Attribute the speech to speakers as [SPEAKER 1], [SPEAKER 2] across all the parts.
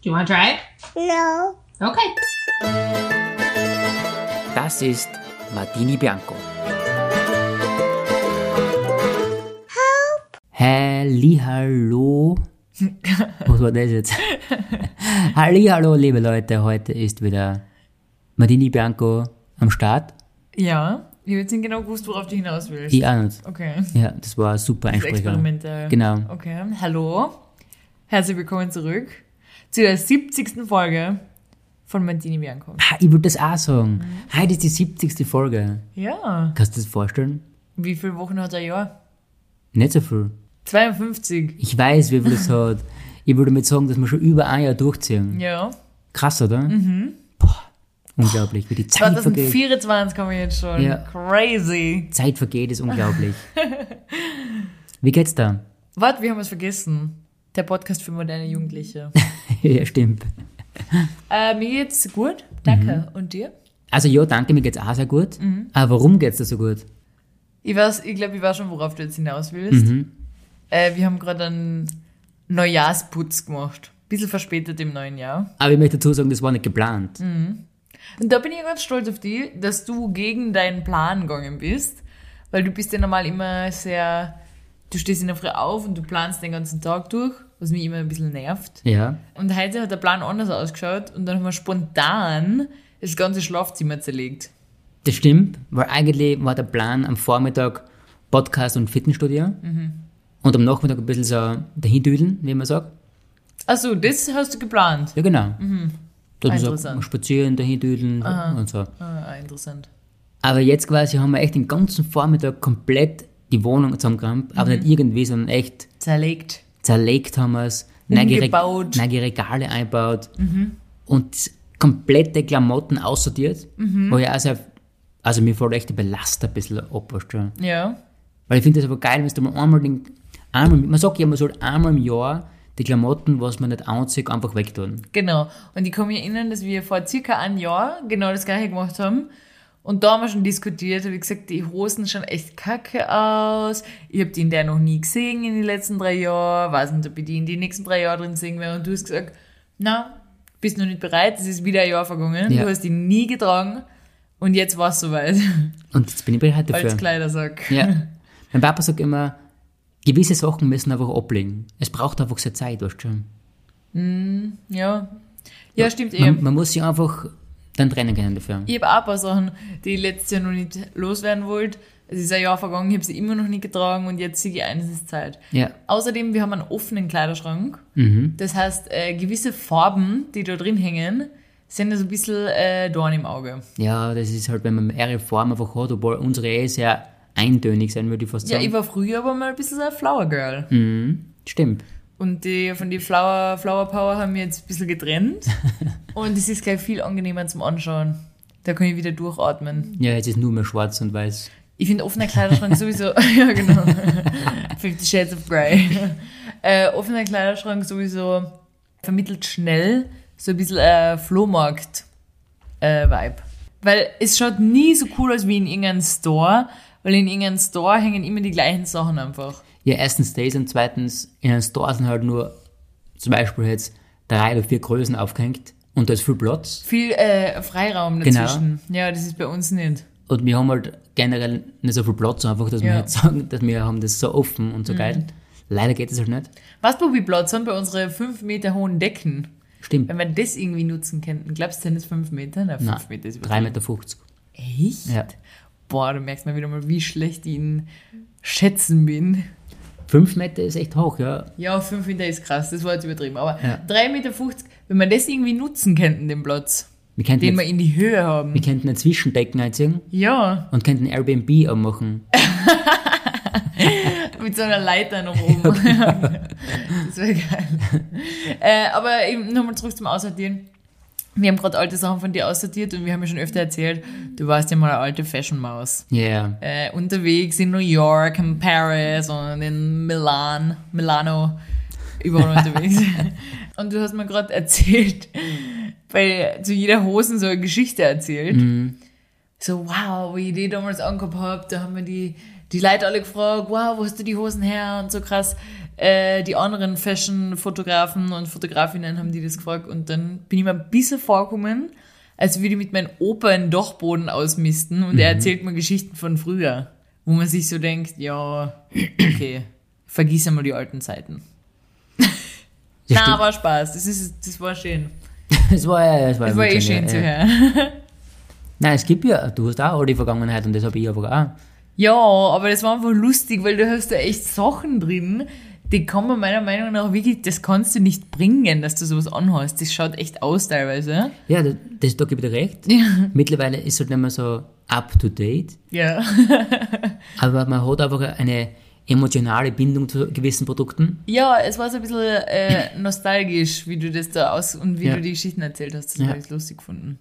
[SPEAKER 1] Do you want to try it?
[SPEAKER 2] No.
[SPEAKER 1] Okay.
[SPEAKER 3] Das ist Martini Bianco. Halli, hallo. Was war das jetzt? Halli, hallo, liebe Leute. Heute ist wieder Martini Bianco am Start.
[SPEAKER 4] Ja, ich habe jetzt nicht genau gewusst, worauf du hinaus willst.
[SPEAKER 3] Ich auch nicht.
[SPEAKER 4] Okay.
[SPEAKER 3] Ja, das war ein super
[SPEAKER 4] Das
[SPEAKER 3] Einsprecher.
[SPEAKER 4] Experiment. äh,
[SPEAKER 3] Genau.
[SPEAKER 4] Okay. Hallo. Herzlich willkommen zurück zu der 70. Folge von Mantini Bianco.
[SPEAKER 3] Ah, Ich würde das auch sagen. Heute ist die 70. Folge.
[SPEAKER 4] Ja.
[SPEAKER 3] Kannst du dir das vorstellen?
[SPEAKER 4] Wie viele Wochen hat ein Jahr?
[SPEAKER 3] Nicht so viel.
[SPEAKER 4] 52.
[SPEAKER 3] Ich weiß, wie viel es hat. Ich würde mit sagen, dass wir schon über ein Jahr durchziehen.
[SPEAKER 4] Ja.
[SPEAKER 3] Krass, oder? Mhm. Boah, unglaublich, wie die Zeit vergeht.
[SPEAKER 4] 2024 kommen wir jetzt schon.
[SPEAKER 3] Ja.
[SPEAKER 4] Crazy.
[SPEAKER 3] Zeit vergeht, ist unglaublich. wie geht's da?
[SPEAKER 4] Warte, wir haben es vergessen. Der Podcast für moderne Jugendliche.
[SPEAKER 3] ja, stimmt.
[SPEAKER 4] äh, mir geht's gut. Danke. Und dir?
[SPEAKER 3] Also ja, danke, mir geht's auch sehr gut. Aber warum geht's dir so gut?
[SPEAKER 4] Ich weiß, ich glaube, ich weiß schon, worauf du jetzt hinaus willst. Äh, wir haben gerade einen Neujahrsputz gemacht. Bisschen verspätet im neuen Jahr.
[SPEAKER 3] Aber ich möchte dazu sagen, das war nicht geplant.
[SPEAKER 4] Und da bin ich ganz stolz auf dich, dass du gegen deinen Plan gegangen bist. Weil du bist ja normal immer sehr, du stehst in der Früh auf und du planst den ganzen Tag durch, was mich immer ein bisschen nervt.
[SPEAKER 3] Ja.
[SPEAKER 4] Und heute hat der Plan anders ausgeschaut und dann haben wir spontan das ganze Schlafzimmer zerlegt.
[SPEAKER 3] Das stimmt, weil eigentlich war der Plan am Vormittag Podcast und Fitnessstudio und am Nachmittag ein bisschen so dahindüdeln, wie man sagt.
[SPEAKER 4] Achso, das hast du geplant.
[SPEAKER 3] Ja, genau. Dass man
[SPEAKER 4] Interessant.
[SPEAKER 3] sagt, spazieren, dahindüdeln und so.
[SPEAKER 4] Ah, interessant.
[SPEAKER 3] Aber jetzt quasi haben wir echt den ganzen Vormittag komplett die Wohnung zusammengekramt, aber nicht irgendwie, sondern echt
[SPEAKER 4] Zerlegt.
[SPEAKER 3] zerlegt haben wir es, neue, Reg
[SPEAKER 4] Umgebaut.
[SPEAKER 3] neue Regale eingebaut und komplette Klamotten aussortiert, wo ich auch sehr, also mir fällt echt die Belast ein bisschen ab, weißt du.
[SPEAKER 4] Ja.
[SPEAKER 3] Weil ich finde das aber geil, wenn du mal einmal, den, einmal, man sagt ja, man soll einmal im Jahr die Klamotten, was man nicht anzieht, einfach wegtun.
[SPEAKER 4] Genau. Und ich kann mich erinnern, dass wir vor circa einem Jahr genau das gleiche gemacht haben. Und da haben wir schon diskutiert, habe ich gesagt, die Hosen schauen echt kacke aus. Ich habe die in der noch nie gesehen in den letzten drei Jahren. Weiß nicht, ob ich die in den nächsten drei Jahren drin sehen werde. Und du hast gesagt, na, bist noch nicht bereit. Es ist wieder ein Jahr vergangen.
[SPEAKER 3] Ja.
[SPEAKER 4] Du hast die nie getragen. Und jetzt war es soweit.
[SPEAKER 3] Und jetzt bin ich bereit dafür.
[SPEAKER 4] Als Kleidersack.
[SPEAKER 3] Ja. mein Papa sagt immer, gewisse Sachen müssen einfach ablegen. Es braucht einfach seine Zeit, weißt du. schon.
[SPEAKER 4] Ja. Ja, stimmt eh.
[SPEAKER 3] Man, man muss sich einfach dann trennen können dafür.
[SPEAKER 4] Ich habe auch ein paar Sachen, die ich letztes Jahr noch nicht loswerden wollte. Es ist ein Jahr vergangen, ich habe sie immer noch nicht getragen und jetzt sehe ich ein, es ist Zeit.
[SPEAKER 3] Ja.
[SPEAKER 4] Außerdem, wir haben einen offenen Kleiderschrank. Das heißt, äh, gewisse Farben, die da drin hängen, sind so ein bisschen äh, Dorn im Auge.
[SPEAKER 3] Ja, das ist halt, wenn man mehrere Formen einfach hat, obwohl unsere eh sehr eintönig sein würde ich fast
[SPEAKER 4] Ja,
[SPEAKER 3] sagen.
[SPEAKER 4] ich war früher aber mal ein bisschen so ein Flower Girl.
[SPEAKER 3] Stimmt.
[SPEAKER 4] Und die von die Flower, Flower Power haben wir jetzt ein bisschen getrennt. und es ist gleich viel angenehmer zum Anschauen. Da kann ich wieder durchatmen.
[SPEAKER 3] Ja, jetzt ist nur mehr schwarz und weiß.
[SPEAKER 4] Ich finde offener Kleiderschrank sowieso, ja genau, Fifty Shades of Grey. Äh, offener Kleiderschrank sowieso vermittelt schnell so ein bisschen äh, Flohmarkt-Vibe. Weil es schaut nie so cool aus wie in irgendeinem Store, weil in irgendeinem Store hängen immer die gleichen Sachen einfach.
[SPEAKER 3] Ja, erstens das und zweitens, in einem Store sind halt nur zum Beispiel jetzt drei oder vier Größen aufgehängt und da ist viel Platz.
[SPEAKER 4] Viel äh, Freiraum
[SPEAKER 3] Genau.
[SPEAKER 4] dazwischen. Ja, das ist bei uns nicht.
[SPEAKER 3] Und wir haben halt generell nicht so viel Platz, einfach, dass wir
[SPEAKER 4] Ja. Mhm.
[SPEAKER 3] halt sagen, dass wir haben das so offen und so geil. Leider geht es halt nicht.
[SPEAKER 4] Was, wo wir Platz haben bei unseren 5 Meter hohen Decken?
[SPEAKER 3] Stimmt.
[SPEAKER 4] Wenn wir das irgendwie nutzen könnten, glaubst du, denn das 5 Meter? Na, 5 Meter ist
[SPEAKER 3] 3,50 Meter. 50.
[SPEAKER 4] Echt?
[SPEAKER 3] Ja.
[SPEAKER 4] Boah, du merkst mal wieder mal, wie schlecht ich ihn schätzen bin.
[SPEAKER 3] 5 Meter ist echt hoch, ja.
[SPEAKER 4] Ja, 5 Meter ist krass, das war jetzt übertrieben. Aber
[SPEAKER 3] Ja.
[SPEAKER 4] 3,50 Meter, wenn man das irgendwie nutzen könnten, den Platz,
[SPEAKER 3] Wir könnten,
[SPEAKER 4] den wir
[SPEAKER 3] jetzt,
[SPEAKER 4] in die Höhe haben.
[SPEAKER 3] wir könnten eine Zwischendecken einziehen
[SPEAKER 4] Ja,
[SPEAKER 3] und könnten Airbnb auch machen.
[SPEAKER 4] mit so einer Leiter noch oben. das wäre geil. Äh, aber eben nochmal zurück zum Aussortieren. Wir haben gerade alte Sachen von dir aussortiert und wir haben ja schon öfter erzählt, du warst ja mal eine alte Fashion-Maus.
[SPEAKER 3] Ja, yeah.
[SPEAKER 4] äh, unterwegs in New York, in Paris und in Milan, Milano, überall unterwegs. Und du hast mir gerade erzählt, bei zu jeder Hosen so eine Geschichte erzählt.
[SPEAKER 3] Mhm.
[SPEAKER 4] So, wow, wie ich die damals angehabt habe, da haben wir die, die Leute alle gefragt, wow, wo hast du die Hosen her und so krass. äh, die anderen Fashion-Fotografen und Fotografinnen haben die das gefragt und dann bin ich mir ein bisschen vorgekommen, als würde ich mit meinem Opa einen Dachboden ausmisten und
[SPEAKER 3] Mhm.
[SPEAKER 4] er erzählt mir Geschichten von früher, wo man sich so denkt, ja, okay, vergiss einmal die alten Zeiten.
[SPEAKER 3] Ja,
[SPEAKER 4] Na,
[SPEAKER 3] stimmt.
[SPEAKER 4] aber Spaß, das, ist, das war schön.
[SPEAKER 3] Es war, ja- es war,
[SPEAKER 4] Das war eh
[SPEAKER 3] wirklich
[SPEAKER 4] schön
[SPEAKER 3] eine-
[SPEAKER 4] zu
[SPEAKER 3] Also ja. äh,
[SPEAKER 4] hören.
[SPEAKER 3] Nein, es gibt ja, du hast auch alle die Vergangenheit und das habe ich einfach auch.
[SPEAKER 4] Ja, aber das war einfach lustig, weil du hast da echt Sachen drin, die kann man meiner Meinung nach wirklich, das kannst du nicht bringen, dass du sowas anhast. Das schaut echt aus teilweise.
[SPEAKER 3] Ja, das, das, da gebe ich dir recht.
[SPEAKER 4] Ja.
[SPEAKER 3] Mittlerweile ist es halt nicht mehr so up to date,
[SPEAKER 4] Ja.
[SPEAKER 3] aber man hat einfach eine emotionale Bindung zu gewissen Produkten.
[SPEAKER 4] Ja, es war so ein bisschen äh, nostalgisch, wie du das da aus und wie
[SPEAKER 3] Ja.
[SPEAKER 4] du die Geschichten erzählt hast. Das
[SPEAKER 3] Ja.
[SPEAKER 4] habe ich lustig gefunden.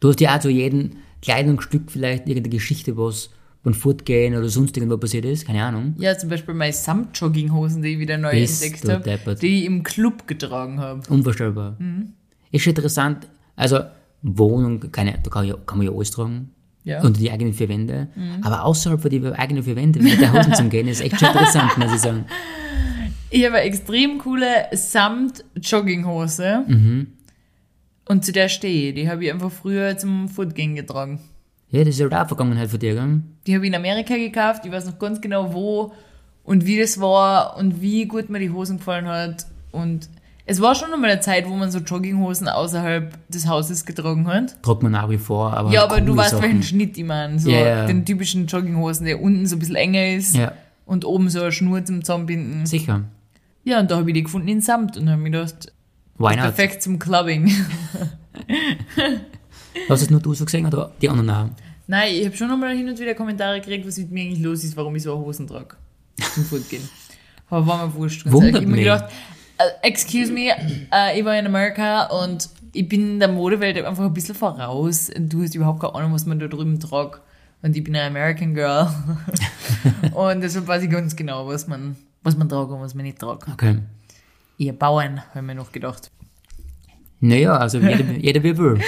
[SPEAKER 3] Du hast ja auch zu jedem Kleidungsstück vielleicht irgendeine Geschichte, was beim Fortgehen oder sonst irgendwo passiert ist, keine Ahnung.
[SPEAKER 4] Ja, zum Beispiel meine Samtjogginghosen, die ich wieder neu
[SPEAKER 3] Bist
[SPEAKER 4] entdeckt
[SPEAKER 3] du
[SPEAKER 4] habe,
[SPEAKER 3] deppert.
[SPEAKER 4] die ich im Club getragen habe.
[SPEAKER 3] Unvorstellbar.
[SPEAKER 4] Mhm.
[SPEAKER 3] Ist schon interessant, also Wohnung, keine, da kann, ja, kann man ja alles tragen.
[SPEAKER 4] Ja. Mhm.
[SPEAKER 3] Unter die eigenen vier Wände. Aber außerhalb von die eigenen vier Wände mit der Hosen zum Gehen ist echt schon interessant, muss ich sagen.
[SPEAKER 4] Ich habe eine extrem coole Samt-Jogginghose.
[SPEAKER 3] Mhm.
[SPEAKER 4] Und zu der stehe ich. Die habe ich einfach früher zum Fortgehen getragen.
[SPEAKER 3] Ja, das ist halt auch Vergangenheit von dir, gell?
[SPEAKER 4] Die habe ich in Amerika gekauft. Ich weiß noch ganz genau, wo und wie das war und wie gut mir die Hosen gefallen hat. Und es war schon einmal eine Zeit, wo man so Jogginghosen außerhalb des Hauses getragen hat.
[SPEAKER 3] Tragt man nach wie vor, aber.
[SPEAKER 4] ja,
[SPEAKER 3] halt
[SPEAKER 4] aber du
[SPEAKER 3] coole
[SPEAKER 4] weißt,
[SPEAKER 3] Sachen.
[SPEAKER 4] welchen Schnitt ich meine. So
[SPEAKER 3] Ja, ja.
[SPEAKER 4] den typischen Jogginghosen, der unten so ein bisschen enger ist
[SPEAKER 3] Ja,
[SPEAKER 4] und oben so eine Schnur zum Zusammenbinden.
[SPEAKER 3] sicher.
[SPEAKER 4] Ja, und da habe ich die gefunden in Samt und habe mir gedacht,
[SPEAKER 3] Why not?
[SPEAKER 4] perfekt zum Clubbing.
[SPEAKER 3] Hast du es nur du so gesehen oder die anderen auch?
[SPEAKER 4] Nein, ich habe schon einmal hin und wieder Kommentare gekriegt, was mit mir eigentlich los ist, warum ich so eine Hosen trage. Zum Fortgehen. Aber war mir wurscht. ganz
[SPEAKER 3] Wundert
[SPEAKER 4] ehrlich. ich habe mir
[SPEAKER 3] mich.
[SPEAKER 4] gedacht, äh, excuse me, äh, ich war in Amerika und ich bin der Modewelt einfach ein bisschen voraus. Du hast überhaupt keine Ahnung, was man da drüben tragt. Und ich bin eine American Girl. und deshalb weiß ich ganz genau, was man, was man tragt und was man nicht tragt.
[SPEAKER 3] Okay.
[SPEAKER 4] Ihr Bauern, habe ich mir noch gedacht.
[SPEAKER 3] Naja, also jeder, jeder wie er will.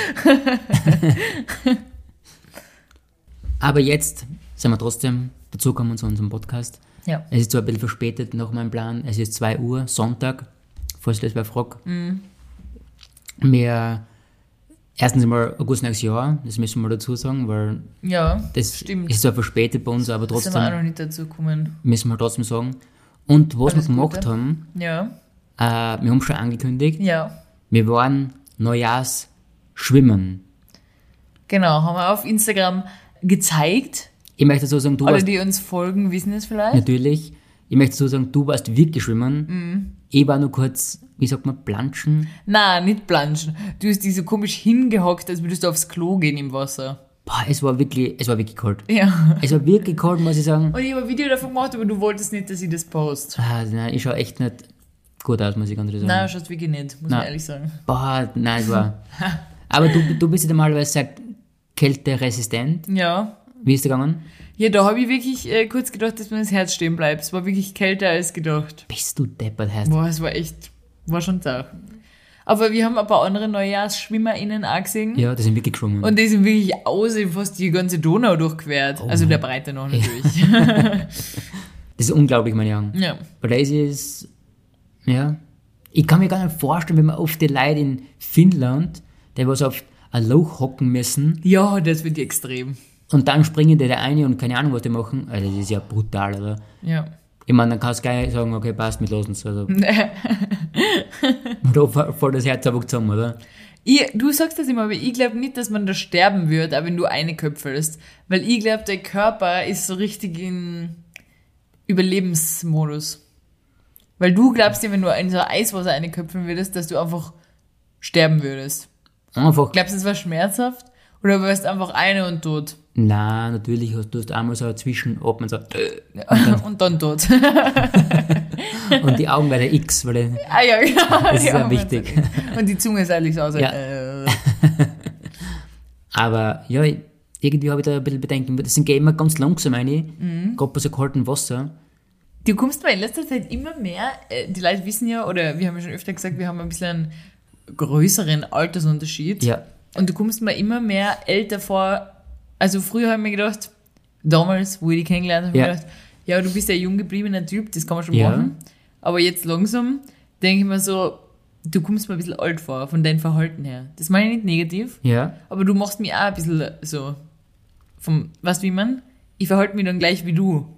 [SPEAKER 3] Aber jetzt sind wir trotzdem dazugekommen zu unserem Podcast.
[SPEAKER 4] Ja.
[SPEAKER 3] Es ist zwar ein bisschen verspätet nach meinem Plan. Es ist 2 Uhr, Sonntag, falls ihr das wer fragt.
[SPEAKER 4] Hm,
[SPEAKER 3] Wir, erstens einmal August nächstes Jahr, das müssen wir dazu sagen, weil
[SPEAKER 4] Ja,
[SPEAKER 3] das
[SPEAKER 4] Stimmt.
[SPEAKER 3] ist zwar verspätet bei uns, aber
[SPEAKER 4] sind wir auch
[SPEAKER 3] trotzdem
[SPEAKER 4] noch nicht dazu gekommen.
[SPEAKER 3] müssen wir trotzdem sagen. Und was
[SPEAKER 4] Alles
[SPEAKER 3] wir gemacht
[SPEAKER 4] Gute.
[SPEAKER 3] haben,
[SPEAKER 4] Ja,
[SPEAKER 3] äh, wir haben schon angekündigt,
[SPEAKER 4] ja.
[SPEAKER 3] wir waren Neujahrs schwimmen.
[SPEAKER 4] Genau, haben wir auf Instagram gezeigt.
[SPEAKER 3] Ich möchte dazu sagen, du
[SPEAKER 4] Alle,
[SPEAKER 3] warst
[SPEAKER 4] die uns folgen, wissen es vielleicht.
[SPEAKER 3] natürlich. Ich möchte dazu sagen, du warst wirklich schwimmen. Ich war nur kurz, wie sagt man, planschen.
[SPEAKER 4] Na, nicht planschen. Du hast dich so komisch hingehockt, als würdest du aufs Klo gehen im Wasser.
[SPEAKER 3] Boah, es war wirklich, es war wirklich kalt.
[SPEAKER 4] Ja.
[SPEAKER 3] Es war wirklich kalt, muss ich sagen.
[SPEAKER 4] Und ich habe ein Video davon gemacht, aber du wolltest nicht, dass ich das post.
[SPEAKER 3] Ah, nein, ich schaue echt nicht gut aus, muss ich ganz ehrlich sagen.
[SPEAKER 4] Na, schaut wirklich nicht, muss
[SPEAKER 3] Na.
[SPEAKER 4] man ehrlich sagen.
[SPEAKER 3] Boah, nein, es war. Aber du, du bist ja normalerweise sehr kälteresistent.
[SPEAKER 4] Ja.
[SPEAKER 3] Wie ist es gegangen?
[SPEAKER 4] Ja, da habe ich wirklich äh, kurz gedacht, dass mir das Herz stehen bleibt. Es war wirklich kälter als gedacht.
[SPEAKER 3] Bist du deppert, heißt
[SPEAKER 4] Boah, es war echt, war schon da. Aber wir haben ein paar andere NeujahrsschwimmerInnen auch gesehen.
[SPEAKER 3] Ja, das sind wirklich geschwommen.
[SPEAKER 4] Und die sind wirklich aus, fast die ganze Donau durchquert. also der Breite noch natürlich.
[SPEAKER 3] das ist unglaublich, meine Augen.
[SPEAKER 4] ja.
[SPEAKER 3] Weil das ist, ja, ich kann mir gar nicht vorstellen, wenn man oft die Leute in Finnland, die was auf ein Loch hocken müssen
[SPEAKER 4] Ja, das wird extrem.
[SPEAKER 3] und dann springen die da eine und keine Ahnung, was die machen. Also das ist ja brutal, oder?
[SPEAKER 4] Ja.
[SPEAKER 3] Ich meine, dann kannst du gleich sagen, okay, passt, wir lassen es. Also. da fa- fällt das Herz einfach zusammen, oder?
[SPEAKER 4] Ich, du sagst das immer, aber ich glaube nicht, dass man da sterben wird, auch wenn du eine köpfelst. Weil ich glaube, der Körper ist so richtig in Überlebensmodus. Weil du glaubst ja, wenn du in so Eiswasser eine köpfeln würdest, dass du einfach sterben würdest.
[SPEAKER 3] Einfach,
[SPEAKER 4] Glaubst du, es war schmerzhaft? Oder warst einfach eine und tot?
[SPEAKER 3] nein, natürlich hast du hast einmal so zwischen, ob man so, äh,
[SPEAKER 4] und dann tot.
[SPEAKER 3] und die Augen bei der X, weil die,
[SPEAKER 4] ah ja, genau.
[SPEAKER 3] Das ist
[SPEAKER 4] Die
[SPEAKER 3] ja
[SPEAKER 4] Augen
[SPEAKER 3] wichtig.
[SPEAKER 4] sind so- Und die Zunge ist eigentlich so aus.
[SPEAKER 3] Ja.
[SPEAKER 4] Äh,
[SPEAKER 3] Aber ja, irgendwie habe ich da ein bisschen Bedenken. Das sind ja immer ganz langsam eine,
[SPEAKER 4] Mhm.
[SPEAKER 3] gerade bei so kaltem Wasser.
[SPEAKER 4] Du kommst mal in letzter Zeit immer mehr, äh, die Leute wissen ja, oder wir haben ja schon öfter gesagt, wir haben ein bisschen einen größeren Altersunterschied.
[SPEAKER 3] Ja,
[SPEAKER 4] Und du kommst mal immer mehr älter vor. Also früher habe ich mir gedacht, damals, wo ich dich kennengelernt habe, habe
[SPEAKER 3] Ja.
[SPEAKER 4] ich mir gedacht, ja, du bist der jung gebliebener Typ, das kann man schon
[SPEAKER 3] Ja.
[SPEAKER 4] machen. Aber jetzt langsam denke ich mir so, du kommst mir ein bisschen alt vor, von deinem Verhalten her. Das meine ich nicht negativ,
[SPEAKER 3] Ja.
[SPEAKER 4] aber du machst mich auch ein bisschen so, vom, weißt du, wie man? Ich verhalte mich dann gleich wie du.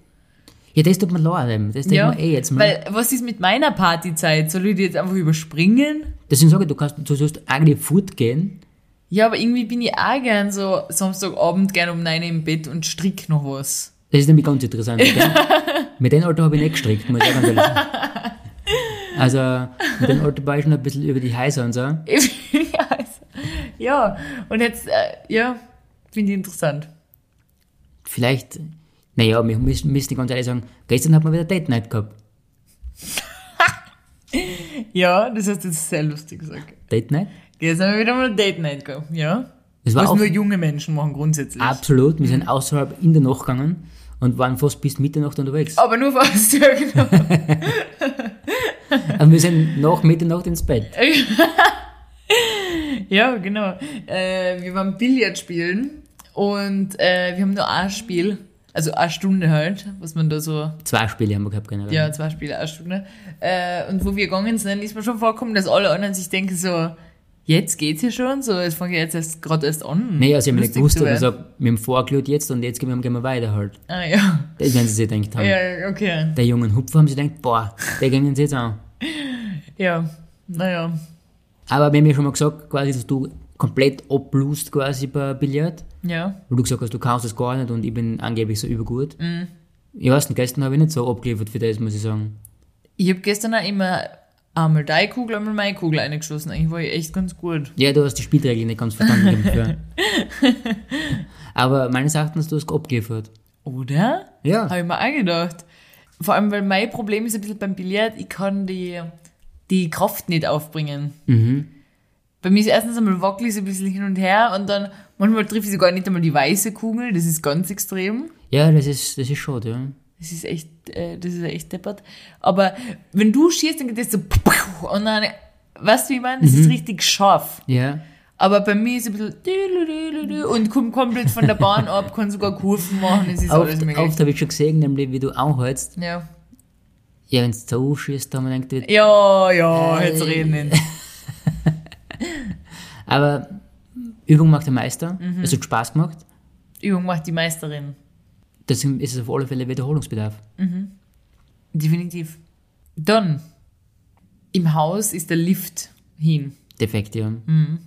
[SPEAKER 3] Ja, das tut mir leid. eben. Das denkt
[SPEAKER 4] ja,
[SPEAKER 3] man eh jetzt mal.
[SPEAKER 4] weil was ist mit meiner Partyzeit? Soll ich die jetzt einfach überspringen?
[SPEAKER 3] Deswegen sage ich, du kannst, du sollst eigentlich fortgehen.
[SPEAKER 4] Ja, aber irgendwie bin ich auch gern so Samstagabend gern um 9 Uhr im Bett und strick noch was.
[SPEAKER 3] Das ist nämlich ganz interessant. Mit dem, mit dem Alter habe ich nicht gestrickt, muss ich auch ganz ehrlich sagen. Also, mit dem Alter war ich schon ein bisschen über die Häuser und so.
[SPEAKER 4] ja, also, ja, und jetzt, äh, ja, finde ich interessant.
[SPEAKER 3] Vielleicht, naja, wir müssen, müssen ganz ehrlich sagen, gestern hat man wieder Date Night gehabt.
[SPEAKER 4] Ja, das hast du jetzt sehr lustig gesagt.
[SPEAKER 3] Date Night?
[SPEAKER 4] Jetzt haben wir wieder mal eine Date Night gehabt, ja?
[SPEAKER 3] Es war
[SPEAKER 4] Was
[SPEAKER 3] auch
[SPEAKER 4] nur Mhm. junge Menschen machen grundsätzlich.
[SPEAKER 3] absolut. Wir sind außerhalb in der Nacht gegangen und waren fast bis Mitternacht unterwegs.
[SPEAKER 4] Aber nur fast, ja, genau.
[SPEAKER 3] Und wir sind nach Mitternacht ins Bett.
[SPEAKER 4] ja, genau. Äh, wir waren Billard spielen und äh, wir haben nur ein Spiel, also eine Stunde halt, was man da so
[SPEAKER 3] Zwei Spiele haben wir gehabt, generell.
[SPEAKER 4] Ja, zwei Spiele, eine Stunde. Äh, und wo wir gegangen sind, ist mir schon vorgekommen, dass alle anderen sich denken so, jetzt geht's ja schon, so, es fängt ja jetzt erst, gerade erst an.
[SPEAKER 3] Nee, also ich habe nicht gewusst,
[SPEAKER 4] lustig zu
[SPEAKER 3] aber ich
[SPEAKER 4] werden.
[SPEAKER 3] sag, wir haben vorgelegt jetzt und jetzt gehen wir, gehen wir weiter halt.
[SPEAKER 4] Ah, ja.
[SPEAKER 3] Das werden sie sich gedacht haben.
[SPEAKER 4] Ja, okay.
[SPEAKER 3] Der jungen Hupfer haben sie gedacht, boah, der ging uns jetzt an.
[SPEAKER 4] Ja, naja.
[SPEAKER 3] Aber wir haben ja schon mal gesagt, quasi, dass du komplett ablust quasi bei Billard,
[SPEAKER 4] Ja.
[SPEAKER 3] weil du gesagt hast, du kannst das gar nicht und ich bin angeblich so übergut.
[SPEAKER 4] Mhm.
[SPEAKER 3] Ich weiß nicht, gestern habe ich nicht so abgeliefert für das, muss ich sagen.
[SPEAKER 4] Ich habe gestern auch immer einmal deine Kugel, einmal meine Kugel eingeschossen. Eigentlich war ich echt ganz gut.
[SPEAKER 3] Ja, du hast die Spielregeln nicht ganz verstanden. eben, ja. Aber meines Erachtens, du hast abgeliefert.
[SPEAKER 4] Oder?
[SPEAKER 3] Ja.
[SPEAKER 4] Habe ich mir auch gedacht. Vor allem, weil mein Problem ist ein bisschen beim Billard, ich kann die, die Kraft nicht aufbringen.
[SPEAKER 3] Mhm.
[SPEAKER 4] Bei mir ist erstens einmal wackelig so ein bisschen hin und her und dann manchmal trifft ich sogar nicht einmal die weiße Kugel, das ist ganz extrem.
[SPEAKER 3] Ja, das ist, das ist schade, ja.
[SPEAKER 4] Das ist echt, äh, das ist echt deppert. Aber wenn du schießt, dann geht das so pff, und dann, weißt du, wie ich meine? Das ist richtig scharf.
[SPEAKER 3] Ja.
[SPEAKER 4] Aber bei mir ist es ein bisschen dü-dü-dü-dü-dü und kommt komplett von der Bahn ab, kann sogar Kurven machen, es ist alles
[SPEAKER 3] Oft,
[SPEAKER 4] mega.
[SPEAKER 3] oft habe ich schon gesehen, nämlich wie du anhältst.
[SPEAKER 4] Ja.
[SPEAKER 3] Ja, wenn du so schießt, dann denkt wird.
[SPEAKER 4] ja, ja, jetzt
[SPEAKER 3] Ey.
[SPEAKER 4] reden wir nicht.
[SPEAKER 3] Aber Übung macht der Meister.
[SPEAKER 4] Mhm.
[SPEAKER 3] Es hat Spaß gemacht.
[SPEAKER 4] Übung macht die Meisterin.
[SPEAKER 3] Deswegen ist es auf alle Fälle Wiederholungsbedarf.
[SPEAKER 4] Definitiv. Dann, im Haus ist der Lift hin.
[SPEAKER 3] Defekt, ja.
[SPEAKER 4] Mhm.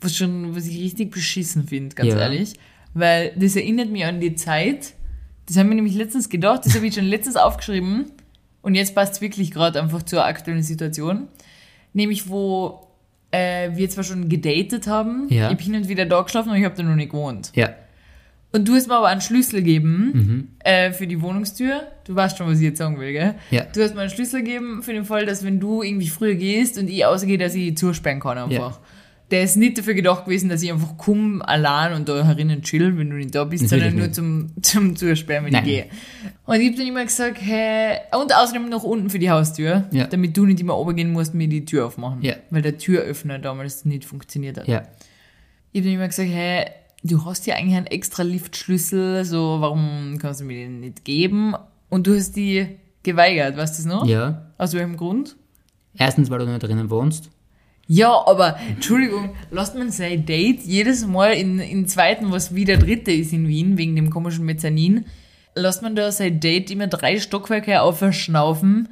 [SPEAKER 4] was schon, was ich richtig beschissen finde, ganz
[SPEAKER 3] Ja.
[SPEAKER 4] ehrlich. Weil das erinnert mich an die Zeit. Das haben wir nämlich letztens gedacht, das habe ich schon letztens aufgeschrieben. Und jetzt passt es wirklich gerade einfach zur aktuellen Situation. Nämlich, wo äh, wir zwar schon gedatet haben,
[SPEAKER 3] Ja.
[SPEAKER 4] ich habe hin und wieder da geschlafen, aber ich habe da noch nicht gewohnt.
[SPEAKER 3] Ja.
[SPEAKER 4] Und du hast mir aber einen Schlüssel gegeben
[SPEAKER 3] Mhm.
[SPEAKER 4] äh, für die Wohnungstür. Du weißt schon, was ich jetzt sagen will, gell?
[SPEAKER 3] Ja.
[SPEAKER 4] Du hast mir einen Schlüssel gegeben für den Fall, dass wenn du irgendwie früher gehst und ich ausgehe, dass ich zusperren kann einfach. Der ist nicht dafür gedacht gewesen, dass ich einfach komm allein und da herinnen chill, wenn du nicht da bist,
[SPEAKER 3] Natürlich
[SPEAKER 4] sondern nur
[SPEAKER 3] nicht.
[SPEAKER 4] zum, zum Zusperren, wenn
[SPEAKER 3] Nein.
[SPEAKER 4] ich gehe. Und ich hab dann immer gesagt, hä, und außerdem noch unten für die Haustür,
[SPEAKER 3] Ja.
[SPEAKER 4] damit du nicht immer oben gehen musst, mir die Tür aufmachen.
[SPEAKER 3] Ja.
[SPEAKER 4] Weil der Türöffner damals nicht funktioniert hat.
[SPEAKER 3] Ja.
[SPEAKER 4] Ich habe dann immer gesagt, hä, du hast ja eigentlich einen extra Liftschlüssel, so warum kannst du mir den nicht geben? Und du hast die geweigert, weißt du das noch?
[SPEAKER 3] Ja.
[SPEAKER 4] Aus welchem Grund?
[SPEAKER 3] Erstens, weil du nicht drinnen wohnst.
[SPEAKER 4] Ja, aber Entschuldigung, lasst man sein Date jedes Mal in, in zweiten, was wie der dritte ist in Wien, wegen dem komischen Mezzanin, lasst man da sein Date immer drei Stockwerke aufschnaufen.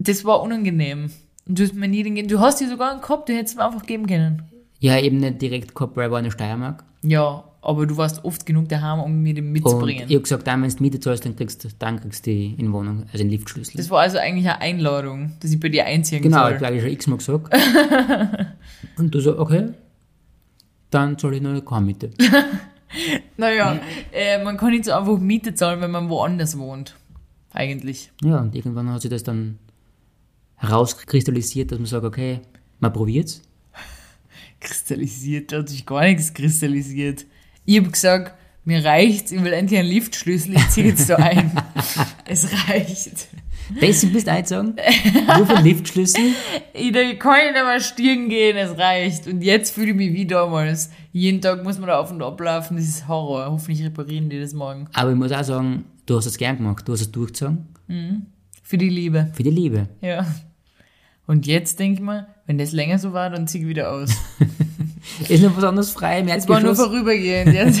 [SPEAKER 4] Das war unangenehm. Und du hast mir nie den gegeben. Du hast dir sogar einen gehabt, den hättest du mir einfach geben können.
[SPEAKER 3] Ja, eben nicht direkt gehabt, weil ich war in der Steiermark.
[SPEAKER 4] Ja, aber du warst oft genug daheim, um mir den
[SPEAKER 3] Und
[SPEAKER 4] mitzubringen.
[SPEAKER 3] ich habe gesagt, dann, wenn du die Miete zahlst, dann kriegst du dann kriegst du die in Wohnung, also den Liftschlüssel.
[SPEAKER 4] Das war also eigentlich eine Einladung, dass ich bei dir einziehen
[SPEAKER 3] genau, das
[SPEAKER 4] soll.
[SPEAKER 3] habe ich schon x-mal gesagt. Und du sagst, okay, dann zahle ich noch keine Miete.
[SPEAKER 4] Naja, äh, man kann nicht so einfach Miete zahlen, wenn man woanders wohnt. Eigentlich.
[SPEAKER 3] Ja, und irgendwann hat sich das dann herauskristallisiert, dass man sagt, okay, man probiert's.
[SPEAKER 4] Kristallisiert, da hat sich gar nichts kristallisiert. Ich hab gesagt, mir reicht's, ich will endlich einen Liftschlüssel, ich zieh jetzt da ein. es reicht.
[SPEAKER 3] Deswegen bist du eingezogen. Nur für den Liftschlüssel.
[SPEAKER 4] Ich da kann nicht einmal stieren gehen, es reicht. Und jetzt fühle ich mich wie damals. Jeden Tag muss man da auf und ab laufen, das ist Horror. Hoffentlich reparieren die das morgen.
[SPEAKER 3] Aber ich muss auch sagen, du hast es gern gemacht, du hast es durchgezogen.
[SPEAKER 4] Für die Liebe.
[SPEAKER 3] Für die Liebe.
[SPEAKER 4] Ja. Und jetzt denke ich mal, wenn das länger so war, dann zieh ich wieder aus.
[SPEAKER 3] Ist noch besonders frei im
[SPEAKER 4] Es war nur
[SPEAKER 3] Erdgeschoss.
[SPEAKER 4] vorübergehend jetzt.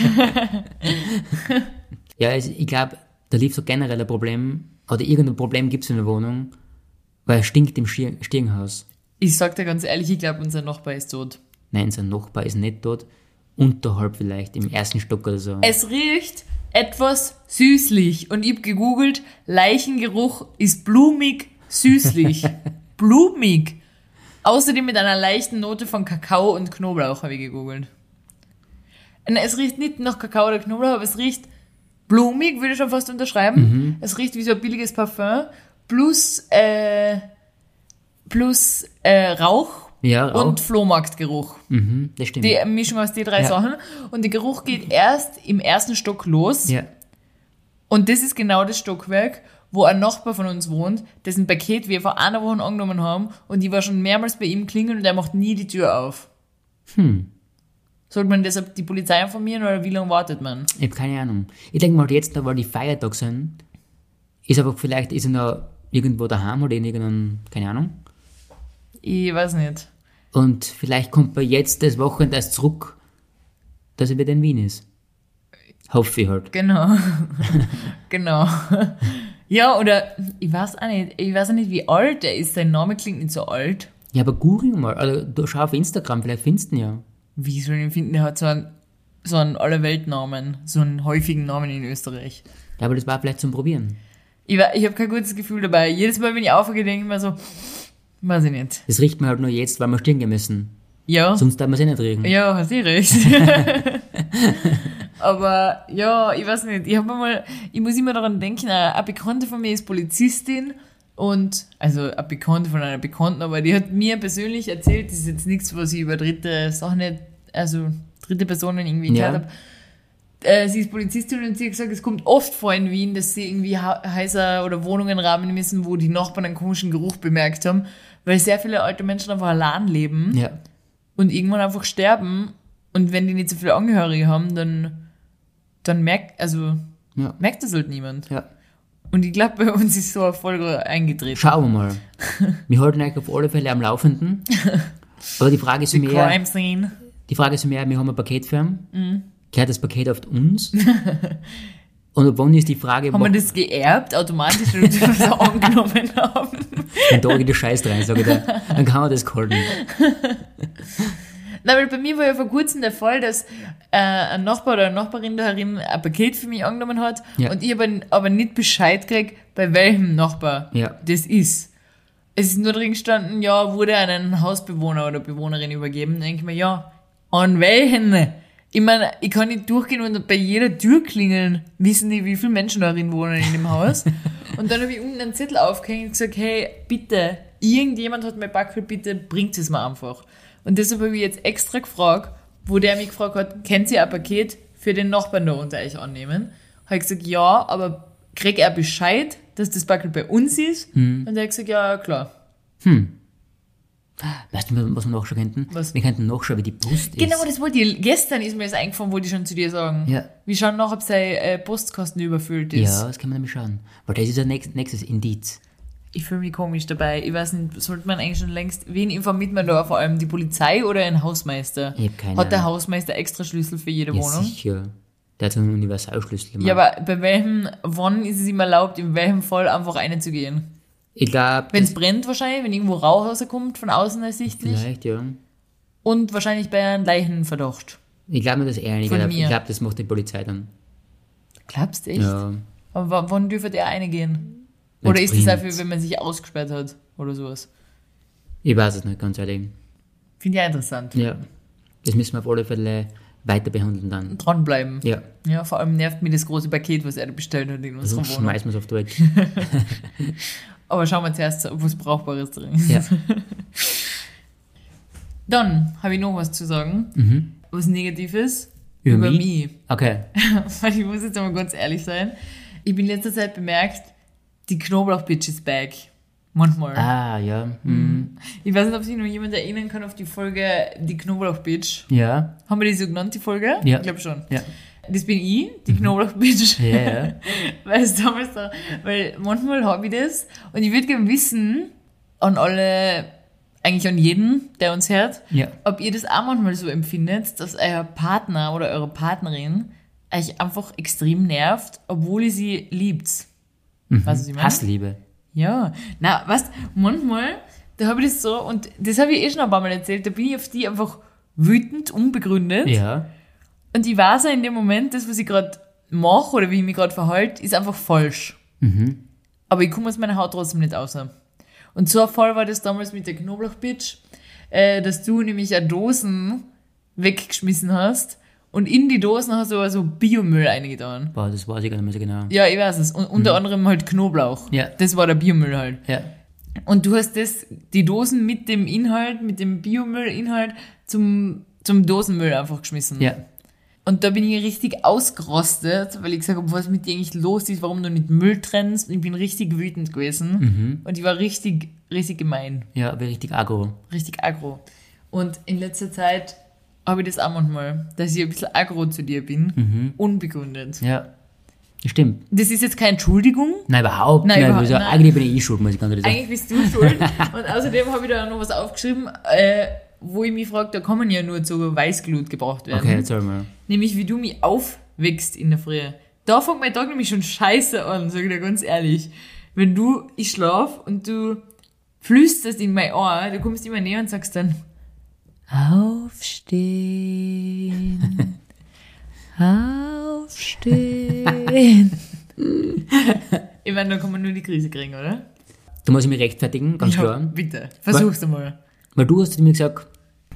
[SPEAKER 3] Ja, es- ich glaube, da lief so generell ein Problem, oder irgendein Problem gibt es in der Wohnung, weil es stinkt im Schier- Stirnhaus.
[SPEAKER 4] ich sag dir ganz ehrlich, ich glaube, unser Nachbar ist tot.
[SPEAKER 3] Nein, sein Nachbar ist nicht dort. Unterhalb vielleicht, im ersten Stock oder so.
[SPEAKER 4] Es riecht etwas süßlich. Und ich hab gegoogelt, Leichengeruch ist blumig süßlich. blumig. Außerdem mit einer leichten Note von Kakao und Knoblauch, habe ich gegoogelt. Und es riecht nicht nach Kakao oder Knoblauch, aber es riecht blumig, würde ich schon fast unterschreiben. Es riecht wie so ein billiges Parfum. Plus, äh, plus äh, Rauch
[SPEAKER 3] ja, auch.
[SPEAKER 4] und Flohmarktgeruch.
[SPEAKER 3] mhm, das stimmt.
[SPEAKER 4] Die Mischung aus den drei
[SPEAKER 3] Ja.
[SPEAKER 4] Sachen. Und der Geruch geht erst im ersten Stock los.
[SPEAKER 3] ja.
[SPEAKER 4] Und das ist genau das Stockwerk, wo ein Nachbar von uns wohnt, dessen Paket wir vor einer Woche angenommen haben. Und die war schon mehrmals bei ihm klingeln und er macht nie die Tür auf.
[SPEAKER 3] Hm,
[SPEAKER 4] Sollte man deshalb die Polizei informieren oder wie lange wartet man?
[SPEAKER 3] ich habe keine Ahnung. Ich denke mal, jetzt, da weil die Feiertag sind, ist aber vielleicht, ist er noch irgendwo daheim oder in irgendeinem, keine Ahnung.
[SPEAKER 4] Ich weiß nicht.
[SPEAKER 3] Und vielleicht kommt er jetzt das Wochenende erst zurück, dass er wieder in Wien ist. Hoffe ich halt.
[SPEAKER 4] Genau. genau. ja, oder ich weiß auch nicht, ich weiß auch nicht, wie alt er ist. Sein Name klingt nicht so alt.
[SPEAKER 3] Ja, aber google mal. Also, du schau auf Instagram, vielleicht findest du ihn ja.
[SPEAKER 4] Wie soll ich ihn finden? Der hat so einen, so einen Allerweltnamen, so einen häufigen Namen in Österreich.
[SPEAKER 3] Ja, aber das war vielleicht zum Probieren.
[SPEAKER 4] Ich, wa- ich habe kein gutes Gefühl dabei. Jedes Mal, wenn ich aufgehe, denke ich mir so, weiß ich nicht.
[SPEAKER 3] Das riecht man halt nur jetzt, weil wir stehen gemessen.
[SPEAKER 4] Ja,
[SPEAKER 3] Sonst darf man es eh nicht riechen.
[SPEAKER 4] ja, hast eh recht. Aber ja, ich weiß nicht. Ich habe mal, ich muss immer daran denken, eine eine Bekannte von mir ist Polizistin und, also eine Bekannte von einer Bekannten, aber die hat mir persönlich erzählt, das ist jetzt nichts, was ich über dritte Sachen nicht, also dritte Personen irgendwie
[SPEAKER 3] Ja.
[SPEAKER 4] gehört habe. äh, sie ist Polizistin und sie hat gesagt, es kommt oft vor in Wien, dass sie irgendwie Ha- Häuser oder Wohnungen rahmen müssen, wo die Nachbarn einen komischen Geruch bemerkt haben, weil sehr viele alte Menschen einfach allein leben
[SPEAKER 3] Ja.
[SPEAKER 4] und irgendwann einfach sterben. Und wenn die nicht so viele Angehörige haben, dann, dann merkt, also,
[SPEAKER 3] Ja.
[SPEAKER 4] merkt das halt niemand.
[SPEAKER 3] ja.
[SPEAKER 4] Und ich glaube, bei uns ist so eine Folge eingetreten.
[SPEAKER 3] Schauen wir mal. Wir halten euch auf alle Fälle am Laufenden. Aber die Frage ist
[SPEAKER 4] The
[SPEAKER 3] mehr,
[SPEAKER 4] Crime Mhm. Scene.
[SPEAKER 3] die Frage ist mehr, wir haben ein Paket für ihn. Gehört das Paket auf uns? Und ab wann ist die Frage,
[SPEAKER 4] Haben wir
[SPEAKER 3] wo-
[SPEAKER 4] das geerbt, automatisch, weil wir das auch angenommen haben?
[SPEAKER 3] wenn da geht der Scheiß rein, sage ich dir, dann kann man das callen.
[SPEAKER 4] Na, weil bei mir war ja vor kurzem der Fall, dass äh, ein Nachbar oder eine Nachbarin daherin ein Paket für mich angenommen hat
[SPEAKER 3] Ja.
[SPEAKER 4] und ich aber, aber nicht Bescheid krieg, bei welchem Nachbar
[SPEAKER 3] Ja.
[SPEAKER 4] das ist. Es ist nur drin gestanden, ja, wurde an einen Hausbewohner oder Bewohnerin übergeben. Dann denke ich mir, ja, an welchen? Ich meine, ich kann nicht durchgehen und bei jeder Tür klingeln, wissen die, wie viele Menschen darin wohnen in dem Haus. und dann habe ich unten einen Zettel aufgehängt und gesagt, hey, bitte, irgendjemand hat mein Backel, bitte bringt es mir einfach. Und deshalb habe ich jetzt extra gefragt, wo der mich gefragt hat, kennt ihr ein Paket für den Nachbarn da unter euch annehmen? Habe ich gesagt, ja, aber kriegt er Bescheid, dass das Backel bei uns ist?
[SPEAKER 3] Hm.
[SPEAKER 4] Und er hat gesagt, ja, klar.
[SPEAKER 3] Weißt du, was wir nachschauen könnten?
[SPEAKER 4] Was?
[SPEAKER 3] Wir könnten nachschauen, wie die Brust
[SPEAKER 4] Genau,
[SPEAKER 3] ist.
[SPEAKER 4] das wollte ich. Gestern ist mir das eingefallen, wollte ich schon zu dir sagen.
[SPEAKER 3] Ja.
[SPEAKER 4] Wir schauen noch, ob seine äh, Postkosten überfüllt ist.
[SPEAKER 3] Ja, das kann man nämlich schauen. Weil das ist ein nächst- nächstes Indiz.
[SPEAKER 4] Ich fühle mich komisch dabei. Ich weiß nicht, sollte man eigentlich schon längst. Wen informiert man da? Vor allem die Polizei oder ein Hausmeister?
[SPEAKER 3] Ich hab keine
[SPEAKER 4] Hat der
[SPEAKER 3] Ahnung.
[SPEAKER 4] Hausmeister extra Schlüssel für jede
[SPEAKER 3] Ja,
[SPEAKER 4] Wohnung?
[SPEAKER 3] sicher. Der hat so einen Universalschlüssel.
[SPEAKER 4] Ja,
[SPEAKER 3] Mann.
[SPEAKER 4] aber bei welchem, wann ist es ihm erlaubt, in welchem Fall einfach reinzugehen?
[SPEAKER 3] ich glaube,
[SPEAKER 4] Wenn es brennt wahrscheinlich, wenn irgendwo Rauch rauskommt, von außen ersichtlich.
[SPEAKER 3] vielleicht, ja.
[SPEAKER 4] Und wahrscheinlich bei einem Leichenverdacht.
[SPEAKER 3] Ich glaube nicht, dass er einiger
[SPEAKER 4] Von
[SPEAKER 3] darf.
[SPEAKER 4] mir.
[SPEAKER 3] Ich glaube, das macht die Polizei dann.
[SPEAKER 4] Glaubst du echt?
[SPEAKER 3] Ja.
[SPEAKER 4] Aber wa- wann dürfte er eine gehen?
[SPEAKER 3] Wenn's
[SPEAKER 4] oder ist das
[SPEAKER 3] brennt.
[SPEAKER 4] dafür, wenn man sich ausgesperrt hat oder sowas?
[SPEAKER 3] Ich weiß es nicht, ganz ehrlich.
[SPEAKER 4] Finde ich auch interessant.
[SPEAKER 3] Ja. Das müssen wir auf alle Fälle weiter behandeln dann.
[SPEAKER 4] Dranbleiben.
[SPEAKER 3] Ja.
[SPEAKER 4] Ja, vor allem nervt mir das große Paket, was er da bestellt hat in unserer
[SPEAKER 3] Sonst
[SPEAKER 4] Wohnung.
[SPEAKER 3] schmeißen wir es auf die Welt.
[SPEAKER 4] Aber schauen wir zuerst, ob was Brauchbares drin ist.
[SPEAKER 3] Ja.
[SPEAKER 4] Dann habe ich noch was zu sagen. Was Negatives.
[SPEAKER 3] Mhm. Über mich?
[SPEAKER 4] mich.
[SPEAKER 3] Okay.
[SPEAKER 4] Weil ich muss jetzt mal ganz ehrlich sein. Ich bin in letzter Zeit bemerkt, die Knoblauch-Bitch ist back. Manchmal.
[SPEAKER 3] Ah, ja. Mhm.
[SPEAKER 4] Ich weiß nicht, ob sich noch jemand erinnern kann auf die Folge Die Knoblauch-Bitch.
[SPEAKER 3] Ja.
[SPEAKER 4] Haben wir die so genannt, die Folge?
[SPEAKER 3] Ja.
[SPEAKER 4] Ich glaube schon.
[SPEAKER 3] Ja. Mhm.
[SPEAKER 4] das bin ich, die Knoblauchbitch.
[SPEAKER 3] Ja, ja.
[SPEAKER 4] weil es damals da, weil manchmal habe ich das und ich würde gerne wissen, an alle, eigentlich an jeden, der uns hört,
[SPEAKER 3] Ja.
[SPEAKER 4] ob ihr das auch manchmal so empfindet, dass euer Partner oder eure Partnerin euch einfach extrem nervt, obwohl ihr sie liebt.
[SPEAKER 3] Mhm.
[SPEAKER 4] Weißt du, was ich meine?
[SPEAKER 3] Hassliebe.
[SPEAKER 4] Ja, na, was? Manchmal, da habe ich das so, und das habe ich eh schon ein paar Mal erzählt, da bin ich auf die einfach wütend, unbegründet.
[SPEAKER 3] Ja.
[SPEAKER 4] Und ich weiß auch in dem Moment, das, was ich gerade mache oder wie ich mich gerade verhalte, ist einfach falsch.
[SPEAKER 3] Mhm.
[SPEAKER 4] Aber ich komme aus meiner Haut trotzdem nicht raus. Und so ein Fall war das damals mit der Knoblauchbitch, äh, dass du nämlich ja Dosen weggeschmissen hast und in die Dosen hast du aber so Biomüll eingetan.
[SPEAKER 3] Boah, das weiß ich gar nicht mehr so genau.
[SPEAKER 4] Ja, ich weiß es. Und unter anderem halt Knoblauch.
[SPEAKER 3] Ja.
[SPEAKER 4] Das war der Biomüll halt.
[SPEAKER 3] Ja.
[SPEAKER 4] Und du hast das, die Dosen mit dem Inhalt, mit dem Biomüllinhalt zum, zum Dosenmüll einfach geschmissen.
[SPEAKER 3] Ja.
[SPEAKER 4] Und da bin ich richtig ausgerostet, weil ich gesagt habe, was mit dir eigentlich los ist, warum du nicht Müll trennst. Und ich bin richtig wütend gewesen. Und ich war richtig, richtig gemein,
[SPEAKER 3] Ja, bin richtig aggro.
[SPEAKER 4] richtig aggro. Und in letzter Zeit habe ich das auch manchmal, dass ich ein bisschen aggro zu dir bin. Unbegründet.
[SPEAKER 3] Ja. Das stimmt.
[SPEAKER 4] Das ist jetzt keine Entschuldigung.
[SPEAKER 3] Nein, überhaupt
[SPEAKER 4] Nein,
[SPEAKER 3] nicht.
[SPEAKER 4] überhaupt
[SPEAKER 3] Also,
[SPEAKER 4] nicht.
[SPEAKER 3] Eigentlich bin ich schuld, muss ich ganz ehrlich sagen.
[SPEAKER 4] Eigentlich bist du schuld. Und außerdem habe ich da noch was aufgeschrieben, äh, wo ich mich frage, da kann man ja nur zur Weißglut gebracht werden.
[SPEAKER 3] Okay, erzähl mal.
[SPEAKER 4] Nämlich, wie du mich aufwächst in der Früh. Da fängt mein Tag nämlich schon scheiße an, sag ich dir ganz ehrlich. Wenn du, ich schlaf und du flüsterst in mein Ohr, du kommst immer näher und sagst dann, aufstehen, aufstehen. ich meine, da kann man nur die Krise kriegen, oder?
[SPEAKER 3] Da muss ich mich rechtfertigen, ganz klar.
[SPEAKER 4] bitte, versuch's einmal.
[SPEAKER 3] Weil du hast zu mir gesagt,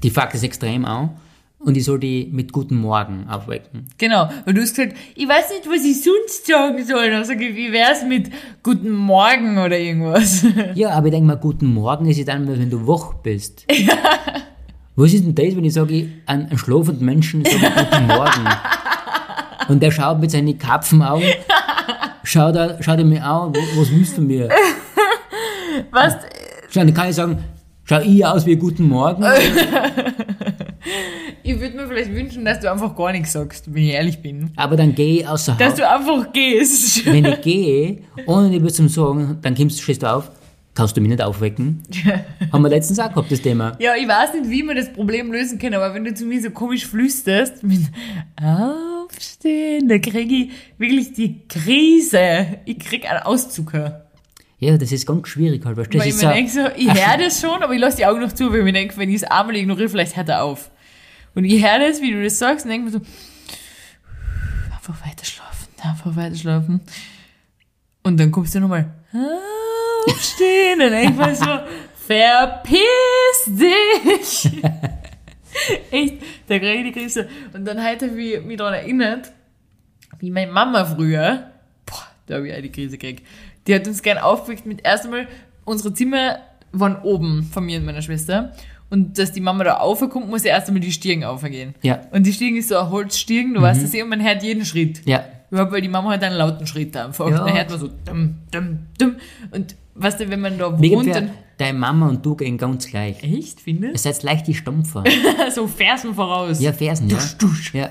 [SPEAKER 3] die fuck ist extrem auch und ich soll die mit guten Morgen aufwecken.
[SPEAKER 4] Genau, weil du hast gesagt, ich weiß nicht, was ich sonst sagen soll. Dann sag ich, wie wär's mit guten Morgen oder irgendwas?
[SPEAKER 3] Ja, aber ich denke mal, guten Morgen ist ja dann, wenn du wach bist. Was ist denn das, wenn ich sage, ich an einen schlafenden Menschen sage ich guten Morgen? Und der schaut mit seinen Kapfenaugen, schaut er, schaut er mir an, wo- was willst du von mir?
[SPEAKER 4] Was?
[SPEAKER 3] Schau, Dann kann ich sagen, schau ich aus wie guten Morgen?
[SPEAKER 4] Ich würde mir vielleicht wünschen, dass du einfach gar nichts sagst, wenn ich ehrlich bin.
[SPEAKER 3] Aber dann gehe ich außer
[SPEAKER 4] Dass
[SPEAKER 3] Haus.
[SPEAKER 4] du einfach gehst.
[SPEAKER 3] Wenn ich gehe, ohne dir was zu sagen, dann kommst, du- stehst du auf, kannst du mich nicht aufwecken. Haben wir letztens auch gehabt, das Thema.
[SPEAKER 4] Ja, ich weiß nicht, wie man das Problem lösen kann, aber wenn du zu mir so komisch flüsterst mit Aufstehen, da krieg ich wirklich die Krise. Ich krieg einen Auszug. her.
[SPEAKER 3] Ja, das ist ganz schwierig halt, weißt du. Das
[SPEAKER 4] Weil ich
[SPEAKER 3] ist
[SPEAKER 4] mir
[SPEAKER 3] so,
[SPEAKER 4] denk so, ich höre das schon, aber ich lasse die Augen noch zu, weil ich mir denke, wenn ich es einmal ignoriere, vielleicht hört er auf. Und ich höre das, wie du das sagst, und denke mir so, einfach weiter schlafen, einfach weiter schlafen. Und dann kommst du nochmal, aufstehen, und denk mir so, verpiss dich! Echt, da kriege ich die Krise. Und dann heute habe ich mich daran erinnert, wie meine Mama früher, boah, da habe ich auch die Krise gekriegt. Die hat uns gern aufgeweckt mit erstmal, unsere Zimmer waren oben von mir und meiner Schwester. Und dass die Mama da aufkommt, muss ja erst einmal die Stirn aufgehen.
[SPEAKER 3] Ja. Mhm.
[SPEAKER 4] Und die Stirn ist so ein Holzstirn, du weißt das eh, und man hört jeden Schritt.
[SPEAKER 3] ja,
[SPEAKER 4] Überhaupt, weil die Mama hat einen lauten Schritt da einfach.
[SPEAKER 3] Ja.
[SPEAKER 4] Dann hört man so dumm, dumm, dumm. Und weißt du, wenn man da
[SPEAKER 3] mir
[SPEAKER 4] wohnt,
[SPEAKER 3] gefällt,
[SPEAKER 4] dann...
[SPEAKER 3] deine Mama und du gehen ganz gleich.
[SPEAKER 4] Echt,
[SPEAKER 3] Ihr
[SPEAKER 4] findest
[SPEAKER 3] seid leicht die Stampfer.
[SPEAKER 4] du? so Fersen voraus.
[SPEAKER 3] Ja, Fersen, ja.
[SPEAKER 4] dusch.
[SPEAKER 3] Ja,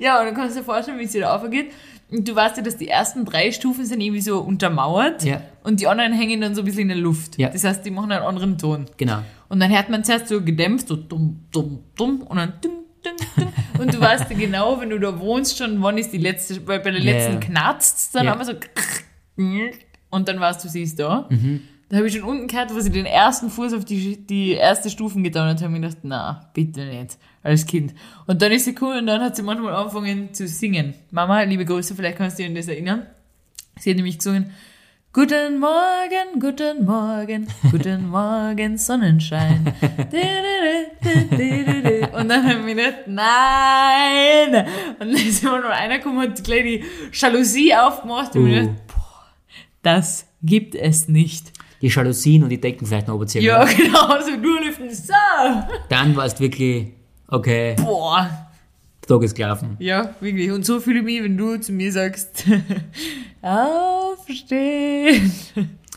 [SPEAKER 4] Ja, und dann kannst du dir vorstellen, wie es wieder aufgeht. Und du weißt ja, dass die ersten drei Stufen sind irgendwie so untermauert
[SPEAKER 3] Ja.
[SPEAKER 4] und die anderen hängen dann so ein bisschen in der Luft.
[SPEAKER 3] Ja.
[SPEAKER 4] Das heißt, die machen einen anderen Ton.
[SPEAKER 3] genau.
[SPEAKER 4] Und dann hört man zuerst so gedämpft, so dumm, dumm, dumm und dann dumm, dumm, dumm. Und du weißt ja genau, wenn du da wohnst schon, wann ist die letzte, weil bei der
[SPEAKER 3] Ja,
[SPEAKER 4] letzten
[SPEAKER 3] ja.
[SPEAKER 4] knarzt, dann
[SPEAKER 3] Ja.
[SPEAKER 4] haben wir so und dann warst du, sie ist da.
[SPEAKER 3] Mhm.
[SPEAKER 4] Da habe ich schon unten gehört, wo sie den ersten Fuß auf die, die erste Stufen getan hat, habe ich gedacht, na, bitte nicht, als Kind. Und dann ist sie cool und dann hat sie manchmal angefangen zu singen. Mama, liebe Grüße, vielleicht kannst du dich an das erinnern. Sie hat nämlich gesungen, Guten Morgen, guten Morgen, guten Morgen, Sonnenschein. Und dann haben wir gedacht, nein! Und dann ist immer nur einer gekommen und hat gleich die Jalousie aufgemacht und
[SPEAKER 3] Uh.
[SPEAKER 4] mir gedacht, boah, das gibt es nicht.
[SPEAKER 3] Die Jalousien und die Decken vielleicht noch oberziehen.
[SPEAKER 4] Ja, genau, so nur lüften, so!
[SPEAKER 3] Dann warst du wirklich, okay,
[SPEAKER 4] Boah!
[SPEAKER 3] der Tag ist gelaufen.
[SPEAKER 4] Ja, wirklich. Und so fühle ich mich, wenn du zu mir sagst, aufstehen!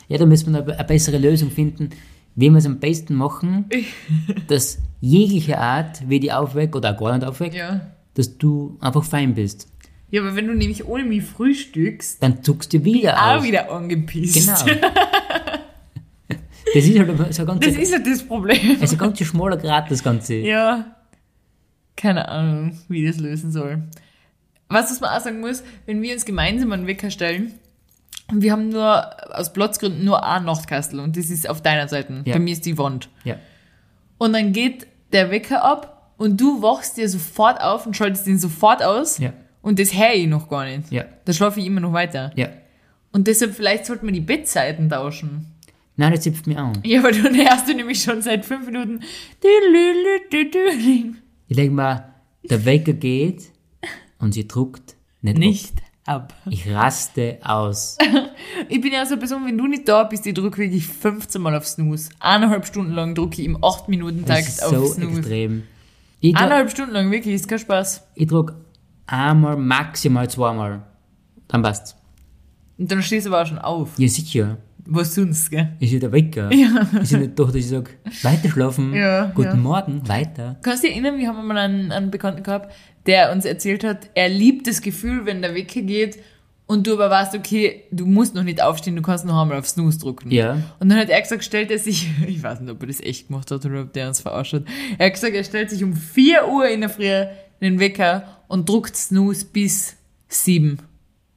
[SPEAKER 3] Ja, da müssen wir noch eine bessere Lösung finden, wie wir es am besten machen, dass jegliche Art, wie die aufweckt oder auch gar nicht aufweckt,
[SPEAKER 4] Ja,
[SPEAKER 3] dass du einfach fein bist.
[SPEAKER 4] Ja, aber wenn du nämlich ohne mich frühstückst,
[SPEAKER 3] Dann zuckst du wieder
[SPEAKER 4] auch
[SPEAKER 3] auf.
[SPEAKER 4] wieder angepisst.
[SPEAKER 3] Genau. Das ist halt so ein
[SPEAKER 4] Das
[SPEAKER 3] ganzer,
[SPEAKER 4] ist ja das Problem.
[SPEAKER 3] also ganz schmaler Grad, das Ganze.
[SPEAKER 4] Ja. Keine Ahnung, wie das lösen soll. Was das man auch sagen muss, wenn wir uns gemeinsam einen Wecker stellen, wir haben nur aus Platzgründen nur ein Nachtkastel und das ist auf deiner Seite.
[SPEAKER 3] Ja.
[SPEAKER 4] Bei mir ist die Wand.
[SPEAKER 3] Ja.
[SPEAKER 4] Und dann geht der Wecker ab und du wachst dir sofort auf und schaltest ihn sofort aus.
[SPEAKER 3] Ja.
[SPEAKER 4] Und das höre ich noch gar nicht.
[SPEAKER 3] Ja.
[SPEAKER 4] Da schlafe ich immer noch weiter.
[SPEAKER 3] ja.
[SPEAKER 4] Und deshalb, vielleicht sollte man die Bettseiten tauschen.
[SPEAKER 3] Nein, das zipft mich an.
[SPEAKER 4] Ja, weil du hörst du nämlich schon seit fünf Minuten. Tüdelüdelüdelüding.
[SPEAKER 3] Ich denke mal, der Wecker geht und sie druckt nicht,
[SPEAKER 4] Nicht ab.
[SPEAKER 3] Ab. Ich raste aus.
[SPEAKER 4] Ich bin ja so eine Person, wenn du nicht da bist, ich drücke wirklich 15 Mal auf Snooze. Eineinhalb Stunden lang drücke ich im 8-Minuten-Takt
[SPEAKER 3] Das ist
[SPEAKER 4] auf
[SPEAKER 3] so
[SPEAKER 4] Snooze.
[SPEAKER 3] extrem. Ich, dru-
[SPEAKER 4] Eineinhalb Stunden lang, wirklich, ist kein Spaß.
[SPEAKER 3] ich druck einmal, maximal zweimal. Dann passt's.
[SPEAKER 4] Und dann stehst du aber auch schon auf.
[SPEAKER 3] Ja, sicher.
[SPEAKER 4] Was sonst, gell?
[SPEAKER 3] Ist ja der Wecker. Ja. Ist ja nicht doch, dass ich sage, weiter schlafen.
[SPEAKER 4] Ja,
[SPEAKER 3] Guten
[SPEAKER 4] ja.
[SPEAKER 3] Morgen, weiter.
[SPEAKER 4] Kannst du dich erinnern, wir haben einmal einen, einen Bekannten gehabt, der uns erzählt hat, er liebt das Gefühl, wenn der Wecker geht und du aber weißt, okay, du musst noch nicht aufstehen, du kannst noch einmal auf Snooze drücken.
[SPEAKER 3] Ja.
[SPEAKER 4] Und dann hat er gesagt, stellt er sich, ich weiß nicht, ob er das echt gemacht hat oder ob der uns verarscht hat, er hat gesagt, er stellt sich um 4 Uhr in der Früh den Wecker und druckt Snooze bis 7.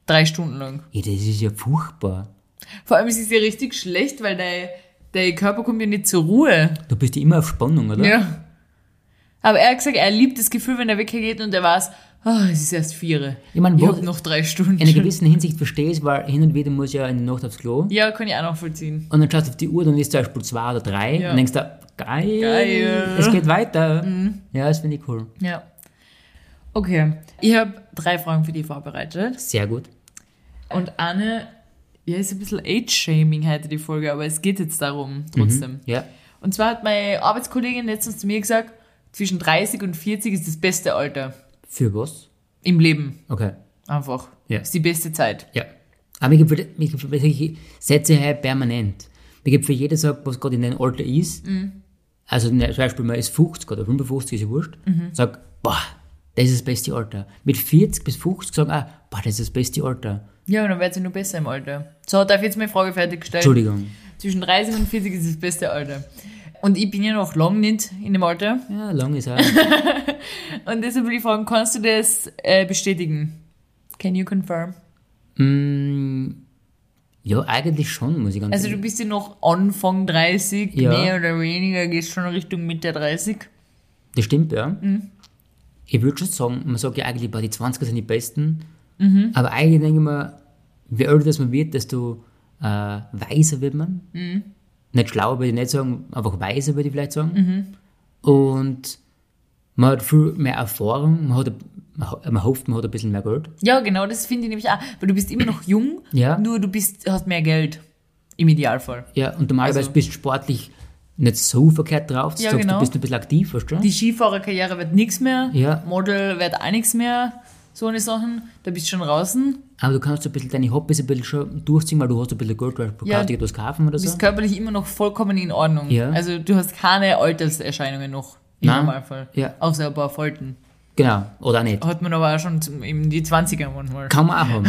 [SPEAKER 4] Drei Stunden lang.
[SPEAKER 3] Ja, das ist ja furchtbar.
[SPEAKER 4] Vor allem es ist ja richtig schlecht, weil dein, dein Körper kommt ja nicht zur Ruhe.
[SPEAKER 3] Du bist ja immer auf Spannung, oder?
[SPEAKER 4] Ja. Aber er hat gesagt, er liebt das Gefühl, wenn er weggeht und er weiß, oh, es ist erst vier.
[SPEAKER 3] Ich meine,
[SPEAKER 4] Ich
[SPEAKER 3] wo-
[SPEAKER 4] habe noch drei Stunden.
[SPEAKER 3] In einer gewissen Hinsicht verstehe ich es, weil hin und wieder muss ich ja in der Nacht aufs Klo.
[SPEAKER 4] ja, kann ich auch nachvollziehen.
[SPEAKER 3] Und dann schaust du auf die Uhr, dann ist zum Beispiel zwei oder drei
[SPEAKER 4] Ja.
[SPEAKER 3] und denkst da, geil,
[SPEAKER 4] Geil. Mhm.
[SPEAKER 3] es geht weiter. Ja, das finde ich cool.
[SPEAKER 4] Ja. Okay. Ich habe drei Fragen für dich vorbereitet.
[SPEAKER 3] Sehr gut.
[SPEAKER 4] Und eine, ja, ist ein bisschen Age-Shaming heute die Folge, aber es geht jetzt darum, trotzdem.
[SPEAKER 3] Ja.
[SPEAKER 4] Und zwar hat meine Arbeitskollegin letztens zu mir gesagt, zwischen 30 und 40 ist das beste Alter
[SPEAKER 3] Für was?
[SPEAKER 4] im Leben.
[SPEAKER 3] Okay.
[SPEAKER 4] Einfach.
[SPEAKER 3] Ja.
[SPEAKER 4] Ist die beste Zeit.
[SPEAKER 3] Ja. Aber mir gibt für- mir gibt für solche Sätze halt permanent. Mir gibt für jeder sagt, was gerade in deinem Alter ist. Also ne, zum Beispiel, man ist 50 oder 55, ist ja wurscht. Sag, boah, das ist das beste Alter. Mit 40 bis 50 sagen, ah, boah, das ist das beste Alter.
[SPEAKER 4] Ja, und dann wird sie nur besser im Alter. So, darf ich jetzt meine Frage fertigstellen?
[SPEAKER 3] Entschuldigung.
[SPEAKER 4] Zwischen 30 und 40 ist das beste Alter. Und ich bin ja noch lang nicht in dem Alter.
[SPEAKER 3] Ja, lang ist auch.
[SPEAKER 4] Und deshalb will ich fragen, kannst du das äh, bestätigen? Can you confirm?
[SPEAKER 3] Mm, ja, eigentlich schon, muss ich ganz
[SPEAKER 4] Also du bist ja noch Anfang 30,
[SPEAKER 3] Ja.
[SPEAKER 4] mehr oder weniger, gehst schon Richtung Mitte 30.
[SPEAKER 3] Das stimmt, ja.
[SPEAKER 4] Mhm.
[SPEAKER 3] Ich würde schon sagen, man sagt ja eigentlich, boah, die 20er sind die Besten.
[SPEAKER 4] Mhm.
[SPEAKER 3] Aber eigentlich denke ich mir, je älter das man wird, desto äh, weiser wird man.
[SPEAKER 4] Mhm.
[SPEAKER 3] Nicht schlauer würde ich nicht sagen, einfach weiser würde ich vielleicht sagen.
[SPEAKER 4] Mhm.
[SPEAKER 3] Und man hat viel mehr Erfahrung, man, hat, man, ho- man hofft, man hat ein bisschen mehr Geld.
[SPEAKER 4] Ja, genau, das finde ich nämlich auch. Weil du bist immer noch jung,
[SPEAKER 3] Ja.
[SPEAKER 4] nur du bist, hast mehr Geld. Im Idealfall.
[SPEAKER 3] Ja, und normalerweise
[SPEAKER 4] Also-
[SPEAKER 3] bist du sportlich nicht so verkehrt drauf. Du
[SPEAKER 4] Ja,
[SPEAKER 3] sagst,
[SPEAKER 4] genau.
[SPEAKER 3] Du bist ein bisschen aktiv, weißt du?
[SPEAKER 4] Die Skifahrerkarriere wird nichts mehr.
[SPEAKER 3] Ja.
[SPEAKER 4] Model wird auch nichts mehr. So eine Sachen. Da bist du schon draußen.
[SPEAKER 3] Aber du kannst so ein bisschen deine Hobbys ein bisschen schon durchziehen, weil du hast ein bisschen Geld, weil du
[SPEAKER 4] Ja.
[SPEAKER 3] kannst dir etwas kaufen oder
[SPEAKER 4] Du
[SPEAKER 3] so.
[SPEAKER 4] bist körperlich immer noch vollkommen in Ordnung.
[SPEAKER 3] Ja.
[SPEAKER 4] Also du hast keine Alterserscheinungen noch im
[SPEAKER 3] Nein.
[SPEAKER 4] Normalfall.
[SPEAKER 3] Ja.
[SPEAKER 4] Außer ein paar Falten.
[SPEAKER 3] Genau, oder nicht.
[SPEAKER 4] Hat man aber auch schon zum, in die 20er manchmal.
[SPEAKER 3] Kann man auch haben.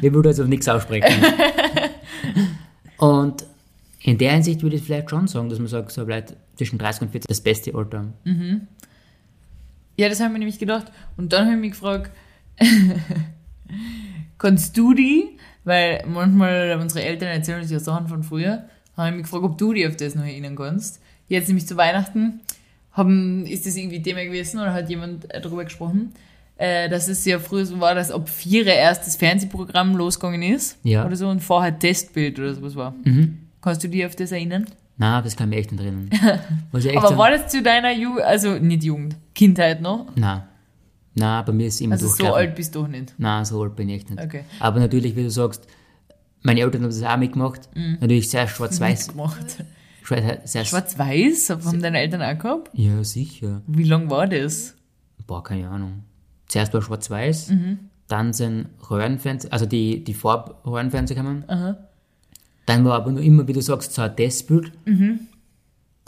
[SPEAKER 3] Wir würden jetzt auf nichts aussprechen. und in der Hinsicht würde ich vielleicht schon sagen, dass man sagt, so vielleicht zwischen 30 und 40 das beste Alter.
[SPEAKER 4] Mhm. Ja, das haben wir nämlich gedacht. Und dann habe ich mich gefragt, kannst du die, weil manchmal unsere Eltern erzählen uns ja Sachen von früher, habe ich mich gefragt, ob du die auf das noch erinnern kannst. Jetzt nämlich zu Weihnachten haben, ist das irgendwie Thema gewesen oder hat jemand äh, darüber gesprochen, äh, dass es ja früher so war, dass ab Vierer erst das Fernsehprogramm losgegangen ist
[SPEAKER 3] Ja. Mhm.
[SPEAKER 4] oder so und vorher Testbild oder sowas war. Kannst du dich auf das erinnern?
[SPEAKER 3] Nein, das kann mir echt nicht drinnen. Was ich echt
[SPEAKER 4] Aber
[SPEAKER 3] sagen-
[SPEAKER 4] war das zu deiner Jugend, also nicht Jugend, Kindheit noch?
[SPEAKER 3] Nein. Nein, bei mir ist es immer
[SPEAKER 4] Also so
[SPEAKER 3] durchgelaufen.
[SPEAKER 4] alt bist du doch nicht.
[SPEAKER 3] Nein, so alt bin ich echt nicht.
[SPEAKER 4] Okay.
[SPEAKER 3] Aber natürlich, wie du sagst, meine Eltern haben das auch mitgemacht.
[SPEAKER 4] Mhm.
[SPEAKER 3] Natürlich sehr schwarz-weiß.
[SPEAKER 4] gemacht.
[SPEAKER 3] Schwarz- Sehr
[SPEAKER 4] Schwarz-Weiß haben deine Eltern auch gehabt?
[SPEAKER 3] Ja, sicher.
[SPEAKER 4] Wie lang war das?
[SPEAKER 3] Boah, keine Ahnung. Zuerst war schwarz-weiß, dann sind Röhrenfernseher, also die, die Farbröhrenfernseher kamen. Dann war aber nur immer, wie du sagst, so ein Testbild.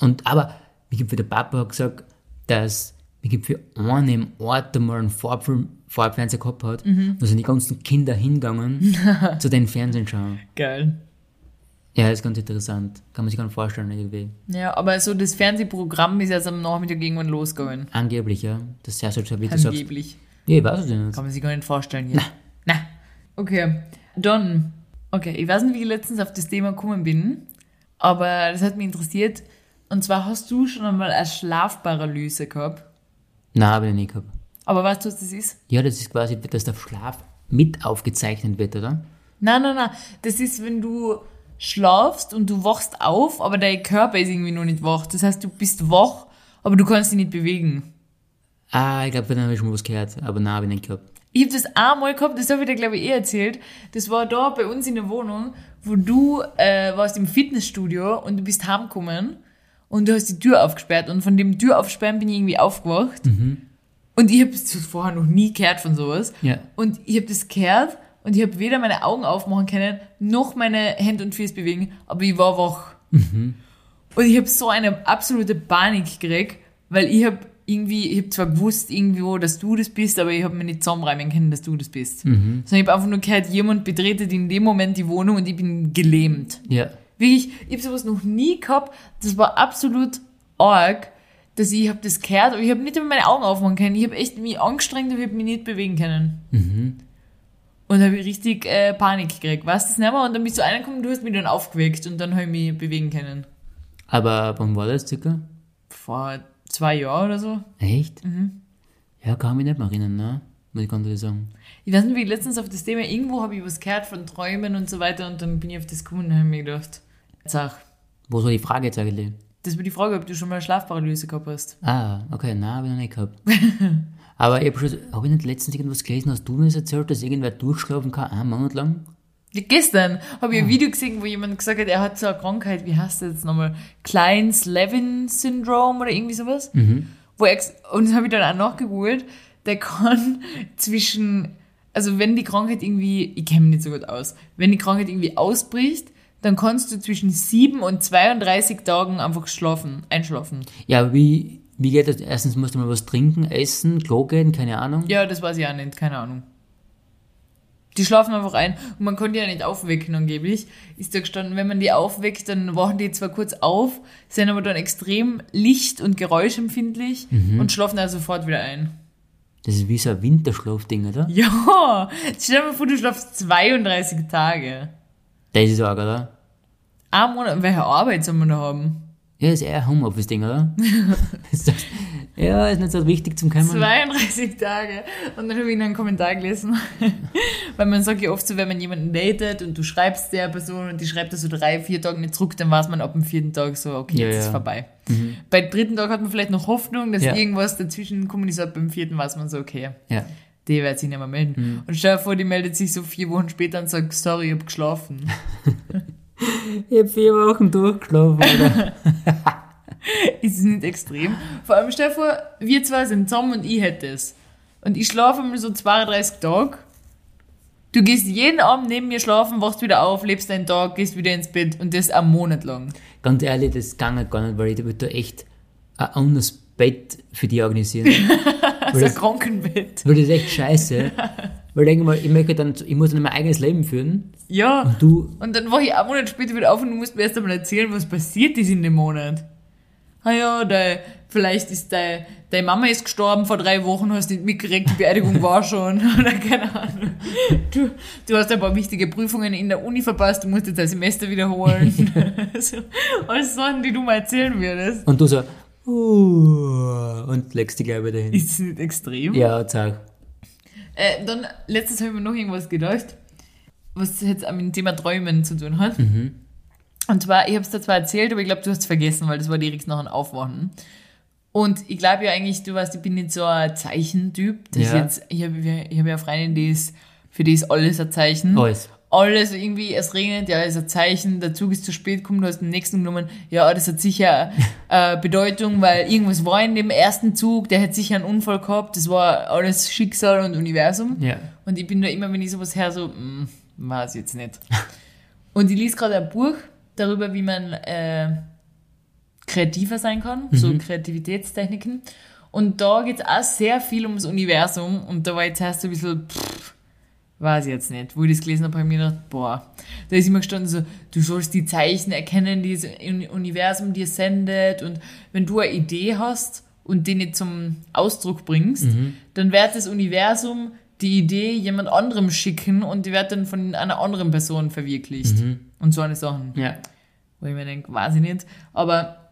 [SPEAKER 3] Und aber, wie der Papa hat gesagt, dass ich gibt für einen Ort einmal einen Farbfilm, Farbfernseher gehabt hat, da sind die ganzen Kinder hingegangen zu den Fernsehen schauen.
[SPEAKER 4] Geil.
[SPEAKER 3] Ja, ist ganz interessant. Kann man sich gar nicht vorstellen, irgendwie.
[SPEAKER 4] Ja, aber so das Fernsehprogramm ist jetzt am Nachmittag irgendwann losgegangen.
[SPEAKER 3] Angeblich, ja. Das ist ja so, wie du sagst.
[SPEAKER 4] Angeblich.
[SPEAKER 3] Ja, ich weiß es nicht.
[SPEAKER 4] Kann man sich gar nicht vorstellen hier. Na. Na. Okay. Dann. Okay, ich weiß nicht, wie ich letztens auf das Thema gekommen bin, aber das hat mich interessiert. Und zwar hast du schon einmal eine Schlafparalyse gehabt.
[SPEAKER 3] Nein, habe ich nicht gehabt.
[SPEAKER 4] Aber weißt du, was das ist?
[SPEAKER 3] Ja, das ist quasi, dass der Schlaf mit aufgezeichnet wird, oder?
[SPEAKER 4] Nein, nein, nein. Das ist, wenn du schlafst und du wachst auf, aber dein Körper ist irgendwie noch nicht wach. Das heißt, du bist wach, aber du kannst dich nicht bewegen.
[SPEAKER 3] Ah, ich glaube, dann habe ich schon was gehört, aber nein, habe ich nicht gehabt.
[SPEAKER 4] Ich habe das einmal gehabt, das habe ich dir, glaube ich, eh erzählt. Das war da bei uns in der Wohnung, wo du äh, warst im Fitnessstudio und du bist heimgekommen und du hast die Tür aufgesperrt. Und von dem Tür aufsperren bin ich irgendwie aufgewacht. Und ich habe das vorher noch nie gehört von sowas.
[SPEAKER 3] Ja.
[SPEAKER 4] Und ich habe das gehört und ich habe weder meine Augen aufmachen können, noch meine Hände und Füße bewegen, aber ich war wach. Und ich habe so eine absolute Panik gekriegt, weil ich habe irgendwie, ich habe zwar gewusst irgendwo, dass du das bist, aber ich habe mir nicht zusammenreimen können, dass du das bist. Sondern ich habe einfach nur gehört, jemand betretet in dem Moment die Wohnung und ich bin gelähmt.
[SPEAKER 3] Ja.
[SPEAKER 4] Wirklich, ich habe sowas noch nie gehabt. Das war absolut arg, dass ich habe das gehört, aber ich habe nicht einmal meine Augen aufmachen können. Ich habe echt mich angestrengt, aber ich habe mich nicht bewegen können. Und habe ich richtig äh, Panik gekriegt. Weißt du das nicht mehr? Und dann bist du reingekommen, du hast mich dann aufgeweckt und dann habe ich mich bewegen können.
[SPEAKER 3] Aber wann war das circa?
[SPEAKER 4] Vor zwei Jahren oder so.
[SPEAKER 3] Echt? Mhm. Ja, kann mich nicht mehr erinnern, ne? Muss ich ganz ehrlich sagen.
[SPEAKER 4] Ich weiß nicht, wie ich letztens auf das Thema, irgendwo habe ich was gehört von Träumen und so weiter und dann bin ich auf das gekommen und habe mir gedacht, sag,
[SPEAKER 3] Wo soll die Frage jetzt eigentlich?
[SPEAKER 4] das war die Frage, ob du schon mal Schlafparalyse gehabt hast.
[SPEAKER 3] Ah, okay, nein, habe ich noch nicht gehabt. Aber ich habe schon, habe ich nicht letztens irgendwas gelesen, hast du mir das erzählt, dass irgendwer durchschlafen kann, einen Monat lang?
[SPEAKER 4] Wie gestern habe ich ein Video gesehen, wo jemand gesagt hat, er hat so eine Krankheit, wie heißt das jetzt nochmal? Kleins-Levin-Syndrom oder irgendwie sowas. Wo er, ges- und das habe ich dann auch nachgegoogelt, der kann zwischen, also wenn die Krankheit irgendwie, ich kenne mich nicht so gut aus, wenn die Krankheit irgendwie ausbricht, dann kannst du zwischen 7 und 32 Tagen einfach schlafen, einschlafen.
[SPEAKER 3] Ja, aber wie, wie geht das? Erstens musst du mal was trinken, essen, Klo gehen, keine Ahnung.
[SPEAKER 4] Ja, das weiß ich auch nicht, keine Ahnung. Die schlafen einfach ein und man konnte die ja nicht aufwecken angeblich. Ist da gestanden, wenn man die aufweckt, dann wachen die zwar kurz auf, sind aber dann extrem licht- und geräuschempfindlich und schlafen dann sofort wieder ein.
[SPEAKER 3] Das ist wie so ein Winterschlafding, oder?
[SPEAKER 4] Ja, stell dir mal vor, du schlafst 32 Tage.
[SPEAKER 3] Das ist arg, oder?
[SPEAKER 4] Ein Monat, welche Arbeit soll man da haben?
[SPEAKER 3] Ja, ist eher ein Homeoffice-Ding, oder? Ist das- ja, ist nicht so wichtig zum Kämmern.
[SPEAKER 4] 32 Tage. Und dann habe ich noch einen Kommentar gelesen. Weil man sagt ja oft so, wenn man jemanden datet und du schreibst der Person und die schreibt das so drei, vier Tage nicht zurück, dann weiß man ab dem vierten Tag so, okay,
[SPEAKER 3] Ja,
[SPEAKER 4] jetzt ist
[SPEAKER 3] ja. Mhm.
[SPEAKER 4] vorbei. Bei dritten Tag hat man vielleicht noch Hoffnung, dass
[SPEAKER 3] Ja.
[SPEAKER 4] irgendwas dazwischen kommuniziert, beim vierten weiß man so, okay,
[SPEAKER 3] Ja.
[SPEAKER 4] die wird sich nicht mehr melden.
[SPEAKER 3] Mhm.
[SPEAKER 4] Und stell dir vor, die meldet sich so vier Wochen später und sagt, sorry, ich hab geschlafen.
[SPEAKER 3] Ich habe vier Wochen durchgeschlafen, oder?
[SPEAKER 4] ist es nicht extrem. Vor allem, stell dir vor, wir zwei sind zusammen und ich hätte es. Und ich schlafe immer so 32 Tage. Du gehst jeden Abend neben mir schlafen, wachst wieder auf, lebst deinen Tag, gehst wieder ins Bett und das am Monat lang.
[SPEAKER 3] Ganz ehrlich, das ging halt gar nicht, weil ich würde da echt ein anderes Bett für die organisieren.
[SPEAKER 4] Das ist ein Krankenbett.
[SPEAKER 3] weil das ist echt scheiße. Weil denk mal, ich möchte dann, ich muss dann mein eigenes Leben führen.
[SPEAKER 4] Ja.
[SPEAKER 3] Du,
[SPEAKER 4] Und dann wache ich einen Monat später wieder auf und du musst mir erst einmal erzählen, was passiert ist in dem Monat. Ah ja, dei, vielleicht ist deine dei Mama ist gestorben vor drei Wochen, hast nicht mitgekriegt, die Beerdigung war schon oder keine Ahnung. Du, du hast ein paar wichtige Prüfungen in der Uni verpasst, du musst jetzt ein Semester wiederholen. so, alles Sachen, die du mal erzählen würdest.
[SPEAKER 3] und du so, uh, und legst dich gleich wieder hin.
[SPEAKER 4] Ist das nicht extrem?
[SPEAKER 3] Ja, zeig.
[SPEAKER 4] Äh, dann, letztes habe ich mir noch irgendwas gedacht, was jetzt mit dem Thema Träumen zu tun hat. Und zwar, ich habe es dir zwar erzählt, aber ich glaube, du hast es vergessen, weil das war direkt nach dem Aufwachen. Und ich glaube ja eigentlich, du weißt, ich bin nicht so ein Zeichentyp. Das
[SPEAKER 3] Ja.
[SPEAKER 4] jetzt, ich habe ich hab ja eine Freundin, die ist, für die ist alles ein Zeichen.
[SPEAKER 3] Alles.
[SPEAKER 4] Alles irgendwie, es regnet, ja, ist ein Zeichen, der Zug ist zu spät gekommen, du hast den nächsten genommen. Ja, das hat sicher äh, Bedeutung, weil irgendwas war in dem ersten Zug, der hat sicher einen Unfall gehabt, das war alles Schicksal und Universum.
[SPEAKER 3] Ja.
[SPEAKER 4] Und ich bin da immer, wenn ich sowas her, so, "Mm, weiß jetzt nicht. Und ich lese gerade ein Buch darüber, wie man äh, kreativer sein kann, so Kreativitätstechniken. Und da geht es auch sehr viel ums Universum. Und da war jetzt erst so ein bisschen, pff, weiß ich jetzt nicht. Wo ich das gelesen habe, habe ich mir gedacht, boah. Da ist immer gestanden so, du sollst die Zeichen erkennen, die das Un- Universum dir sendet. Und wenn du eine Idee hast und die nicht zum Ausdruck bringst, dann wird das Universum die Idee jemand anderem schicken und die wird dann von einer anderen Person verwirklicht. Und so eine Sachen
[SPEAKER 3] Ja.
[SPEAKER 4] wo ich mir denke, weiß ich nicht. Aber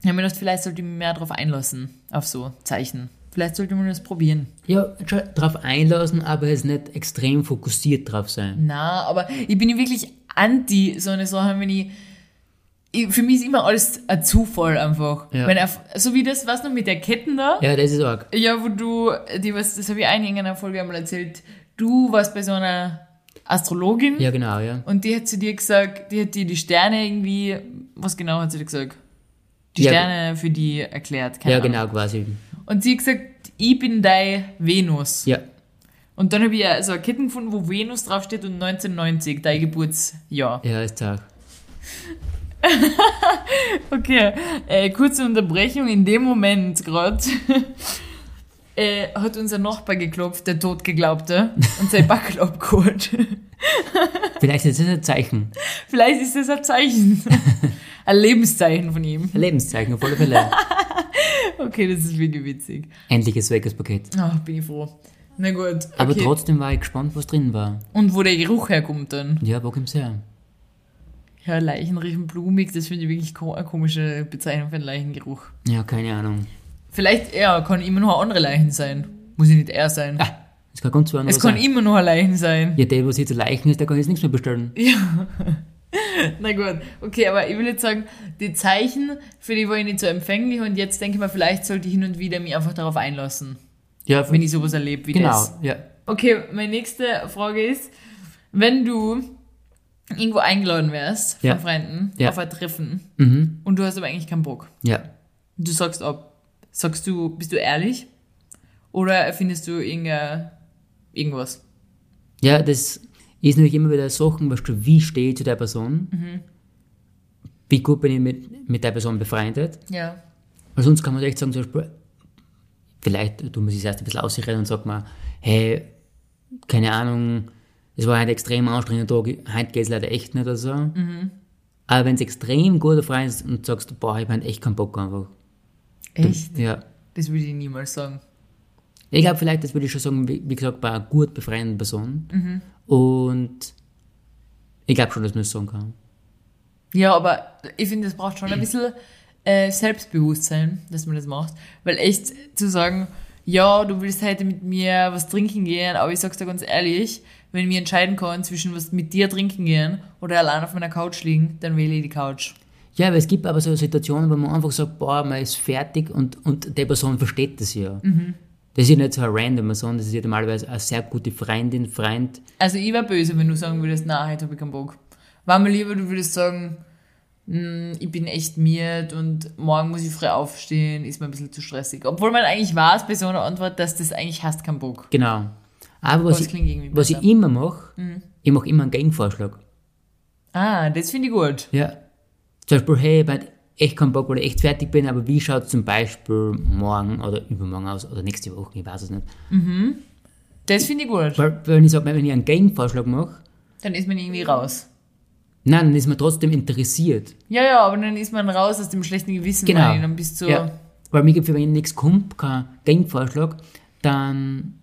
[SPEAKER 4] ich habe mir gedacht, vielleicht sollte ich mich mehr darauf einlassen, auf so Zeichen. Vielleicht sollte man das probieren.
[SPEAKER 3] Ja, schon drauf einlassen, aber es nicht extrem fokussiert drauf sein.
[SPEAKER 4] Na, aber ich bin wirklich anti so eine Sache, wenn ich, ich für mich ist immer alles ein Zufall einfach.
[SPEAKER 3] Ja.
[SPEAKER 4] Wenn auf, so wie das, was noch mit der Ketten da?
[SPEAKER 3] Ja, das ist arg.
[SPEAKER 4] Ja, wo du, die was, das habe ich auch in irgendeiner Folge einmal erzählt, du warst bei so einer Astrologin
[SPEAKER 3] Ja, genau, ja.
[SPEAKER 4] und die hat zu dir gesagt, die hat dir die Sterne irgendwie, was genau hat sie dir gesagt? Die
[SPEAKER 3] Ja.
[SPEAKER 4] Sterne für die erklärt, keine
[SPEAKER 3] ja,
[SPEAKER 4] Ahnung.
[SPEAKER 3] genau, quasi.
[SPEAKER 4] Und sie hat gesagt, ich bin dein Venus.
[SPEAKER 3] Ja,
[SPEAKER 4] Und dann habe ich ja so eine Kette gefunden, wo Venus draufsteht und 1990, dein Geburtsjahr.
[SPEAKER 3] ja, ist arg.
[SPEAKER 4] Okay, äh, kurze Unterbrechung. In dem Moment gerade äh, hat unser Nachbar geklopft, der tot geglaubte, und sein Backel abgeholt.
[SPEAKER 3] Vielleicht ist das ein Zeichen,
[SPEAKER 4] Vielleicht ist das ein Zeichen. Ein Lebenszeichen von ihm.
[SPEAKER 3] ein Lebenszeichen, auf alle Fälle.
[SPEAKER 4] Okay, das ist wirklich witzig.
[SPEAKER 3] Endlich ist weg das Paket.
[SPEAKER 4] Ach, bin ich froh. Na gut.
[SPEAKER 3] Aber
[SPEAKER 4] okay.
[SPEAKER 3] trotzdem war ich gespannt, was drin war.
[SPEAKER 4] Und wo der Geruch herkommt dann.
[SPEAKER 3] Ja, wo kommt's her?
[SPEAKER 4] Ja, Leichen riechen blumig, das finde ich wirklich ko eine komische Bezeichnung für einen Leichengeruch.
[SPEAKER 3] Ja, keine Ahnung.
[SPEAKER 4] Vielleicht, ja, kann immer noch eine andere Leichen sein. Muss ja nicht er sein.
[SPEAKER 3] Es kann ganz woanders
[SPEAKER 4] es kann
[SPEAKER 3] sein.
[SPEAKER 4] immer noch eine Leichen sein.
[SPEAKER 3] Ja, der, was jetzt Leichen ist, der kann jetzt nichts mehr bestellen.
[SPEAKER 4] Na gut, okay, aber ich will jetzt sagen, die Zeichen, für die war ich nicht so empfänglich und jetzt denke ich mir, vielleicht sollte ich hin und wieder mich einfach darauf einlassen,
[SPEAKER 3] Ja,
[SPEAKER 4] wenn ich sowas erlebe wie das.
[SPEAKER 3] Genau, ja.
[SPEAKER 4] Okay, meine nächste Frage ist, wenn du irgendwo eingeladen wärst von
[SPEAKER 3] Ja.
[SPEAKER 4] Freunden
[SPEAKER 3] Ja.
[SPEAKER 4] auf ein Treffen
[SPEAKER 3] Mhm.
[SPEAKER 4] und du hast aber eigentlich keinen Bock.
[SPEAKER 3] Ja.
[SPEAKER 4] Du sagst ab. Sagst du, bist du ehrlich? Oder erfindest du irgendein, irgendwas?
[SPEAKER 3] Ja, das ist natürlich immer wieder Sachen, weißt du, wie stehe ich zu der Person? Wie gut bin ich mit, mit der Person befreundet?
[SPEAKER 4] Ja.
[SPEAKER 3] Weil sonst kann man echt sagen, zum Beispiel, vielleicht tut man sich erst ein bisschen aussichern und sagt man, hey, keine Ahnung, es war halt extrem anstrengender Tag, heute geht es leider echt nicht oder so. Aber wenn es extrem guter Freund ist und sagst, boah, ich hab halt echt keinen Bock einfach.
[SPEAKER 4] Echt?
[SPEAKER 3] Ja.
[SPEAKER 4] Das würde ich niemals sagen.
[SPEAKER 3] Ich glaube, vielleicht, das würde ich schon sagen, wie, wie gesagt, bei einer gut befreundeten Person. Und ich glaube schon, dass man das sagen kann.
[SPEAKER 4] Ja, aber ich finde, es braucht schon ein bisschen äh, Selbstbewusstsein, dass man das macht. Weil echt zu sagen, ja, du willst heute mit mir was trinken gehen, aber ich sag's dir ganz ehrlich, wenn ich mir entscheiden kann zwischen was mit dir trinken gehen oder allein auf meiner Couch liegen, dann wähle ich die Couch.
[SPEAKER 3] Ja, aber es gibt aber so Situationen, wo man einfach sagt, boah, man ist fertig und, und die Person versteht das ja.
[SPEAKER 4] Mhm.
[SPEAKER 3] Das ist ja nicht so ein random, sondern das ist ja normalerweise eine sehr gute Freundin, Freund.
[SPEAKER 4] Also ich wär böse, wenn du sagen würdest, na, heute hab ich keinen Bock. War mir lieber, du würdest sagen, "Mm, ich bin echt miert und morgen muss ich früh aufstehen, ist mir ein bisschen zu stressig. Obwohl man eigentlich weiß bei so einer Antwort, dass das eigentlich hast keinen Bock.
[SPEAKER 3] Genau. Aber
[SPEAKER 4] Oh, Das
[SPEAKER 3] was, ich,
[SPEAKER 4] klingt irgendwie
[SPEAKER 3] was
[SPEAKER 4] besser. Mhm.
[SPEAKER 3] ich immer mache, ich mache immer einen Gegenvorschlag.
[SPEAKER 4] Ah, das finde ich gut.
[SPEAKER 3] Ja. Zum Beispiel, hey, ich bin echt keinen Bock, weil ich echt fertig bin, aber wie schaut zum Beispiel morgen oder übermorgen aus oder nächste Woche, ich weiß es nicht.
[SPEAKER 4] Das finde ich gut.
[SPEAKER 3] Weil, wenn ich sage, wenn ich einen Gegenvorschlag mache,
[SPEAKER 4] Dann ist man irgendwie raus.
[SPEAKER 3] nein, dann ist man trotzdem interessiert.
[SPEAKER 4] Ja, ja, aber dann ist man raus aus dem schlechten Gewissen.
[SPEAKER 3] Genau.
[SPEAKER 4] meine ich. Dann bist du.
[SPEAKER 3] Ja. Weil mir gibt es, wenn nichts kommt, kein Gegenvorschlag, dann,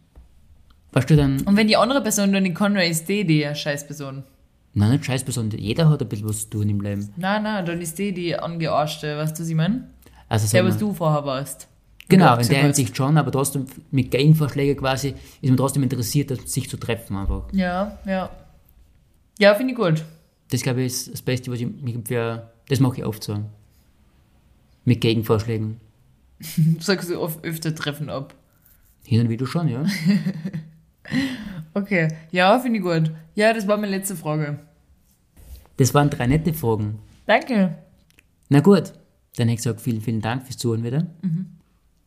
[SPEAKER 3] weißt du, dann,
[SPEAKER 4] Und wenn die andere Person dann die Conway ist, die, die eine Scheißperson.
[SPEAKER 3] nein, nicht scheiß besonders, jeder hat ein bisschen was zu tun im Leben.
[SPEAKER 4] Na, na, dann ist die die angearschte, weißt du, was ich meine?
[SPEAKER 3] Also,
[SPEAKER 4] Der,
[SPEAKER 3] sagen
[SPEAKER 4] was
[SPEAKER 3] wir-
[SPEAKER 4] du vorher warst.
[SPEAKER 3] Genau, in
[SPEAKER 4] abgesehen
[SPEAKER 3] der
[SPEAKER 4] hast.
[SPEAKER 3] Hinsicht schon, aber trotzdem mit Gegenvorschlägen quasi ist man trotzdem interessiert, dass- sich zu treffen einfach.
[SPEAKER 4] Ja, ja. Ja, finde ich gut.
[SPEAKER 3] Das glaube ich ist das Beste, was ich mir für, das mache ich oft so. Mit Gegenvorschlägen.
[SPEAKER 4] Sagst du oft öfter Treffen ab.
[SPEAKER 3] Hin und wieder schon, ja.
[SPEAKER 4] Okay. Ja, finde ich gut. Ja, das war meine letzte Frage.
[SPEAKER 3] Das waren drei nette Fragen.
[SPEAKER 4] Danke.
[SPEAKER 3] Na gut, dann hätte ich gesagt, vielen, vielen Dank fürs Zuhören wieder.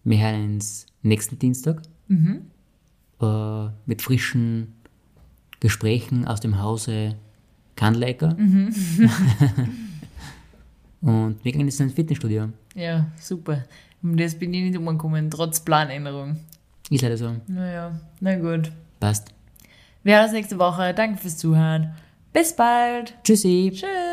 [SPEAKER 3] Wir hören uns nächsten Dienstag äh, mit frischen Gesprächen aus dem Hause Kannlecker. Und wir gehen jetzt ins Fitnessstudio.
[SPEAKER 4] Ja, super. Um das bin ich nicht umgekommen, trotz Planänderung.
[SPEAKER 3] Ist leider so.
[SPEAKER 4] Naja, na gut.
[SPEAKER 3] Passt.
[SPEAKER 4] Wir hören uns nächste Woche. Danke fürs Zuhören. Bis bald.
[SPEAKER 3] Tschüssi.
[SPEAKER 4] Tschüss.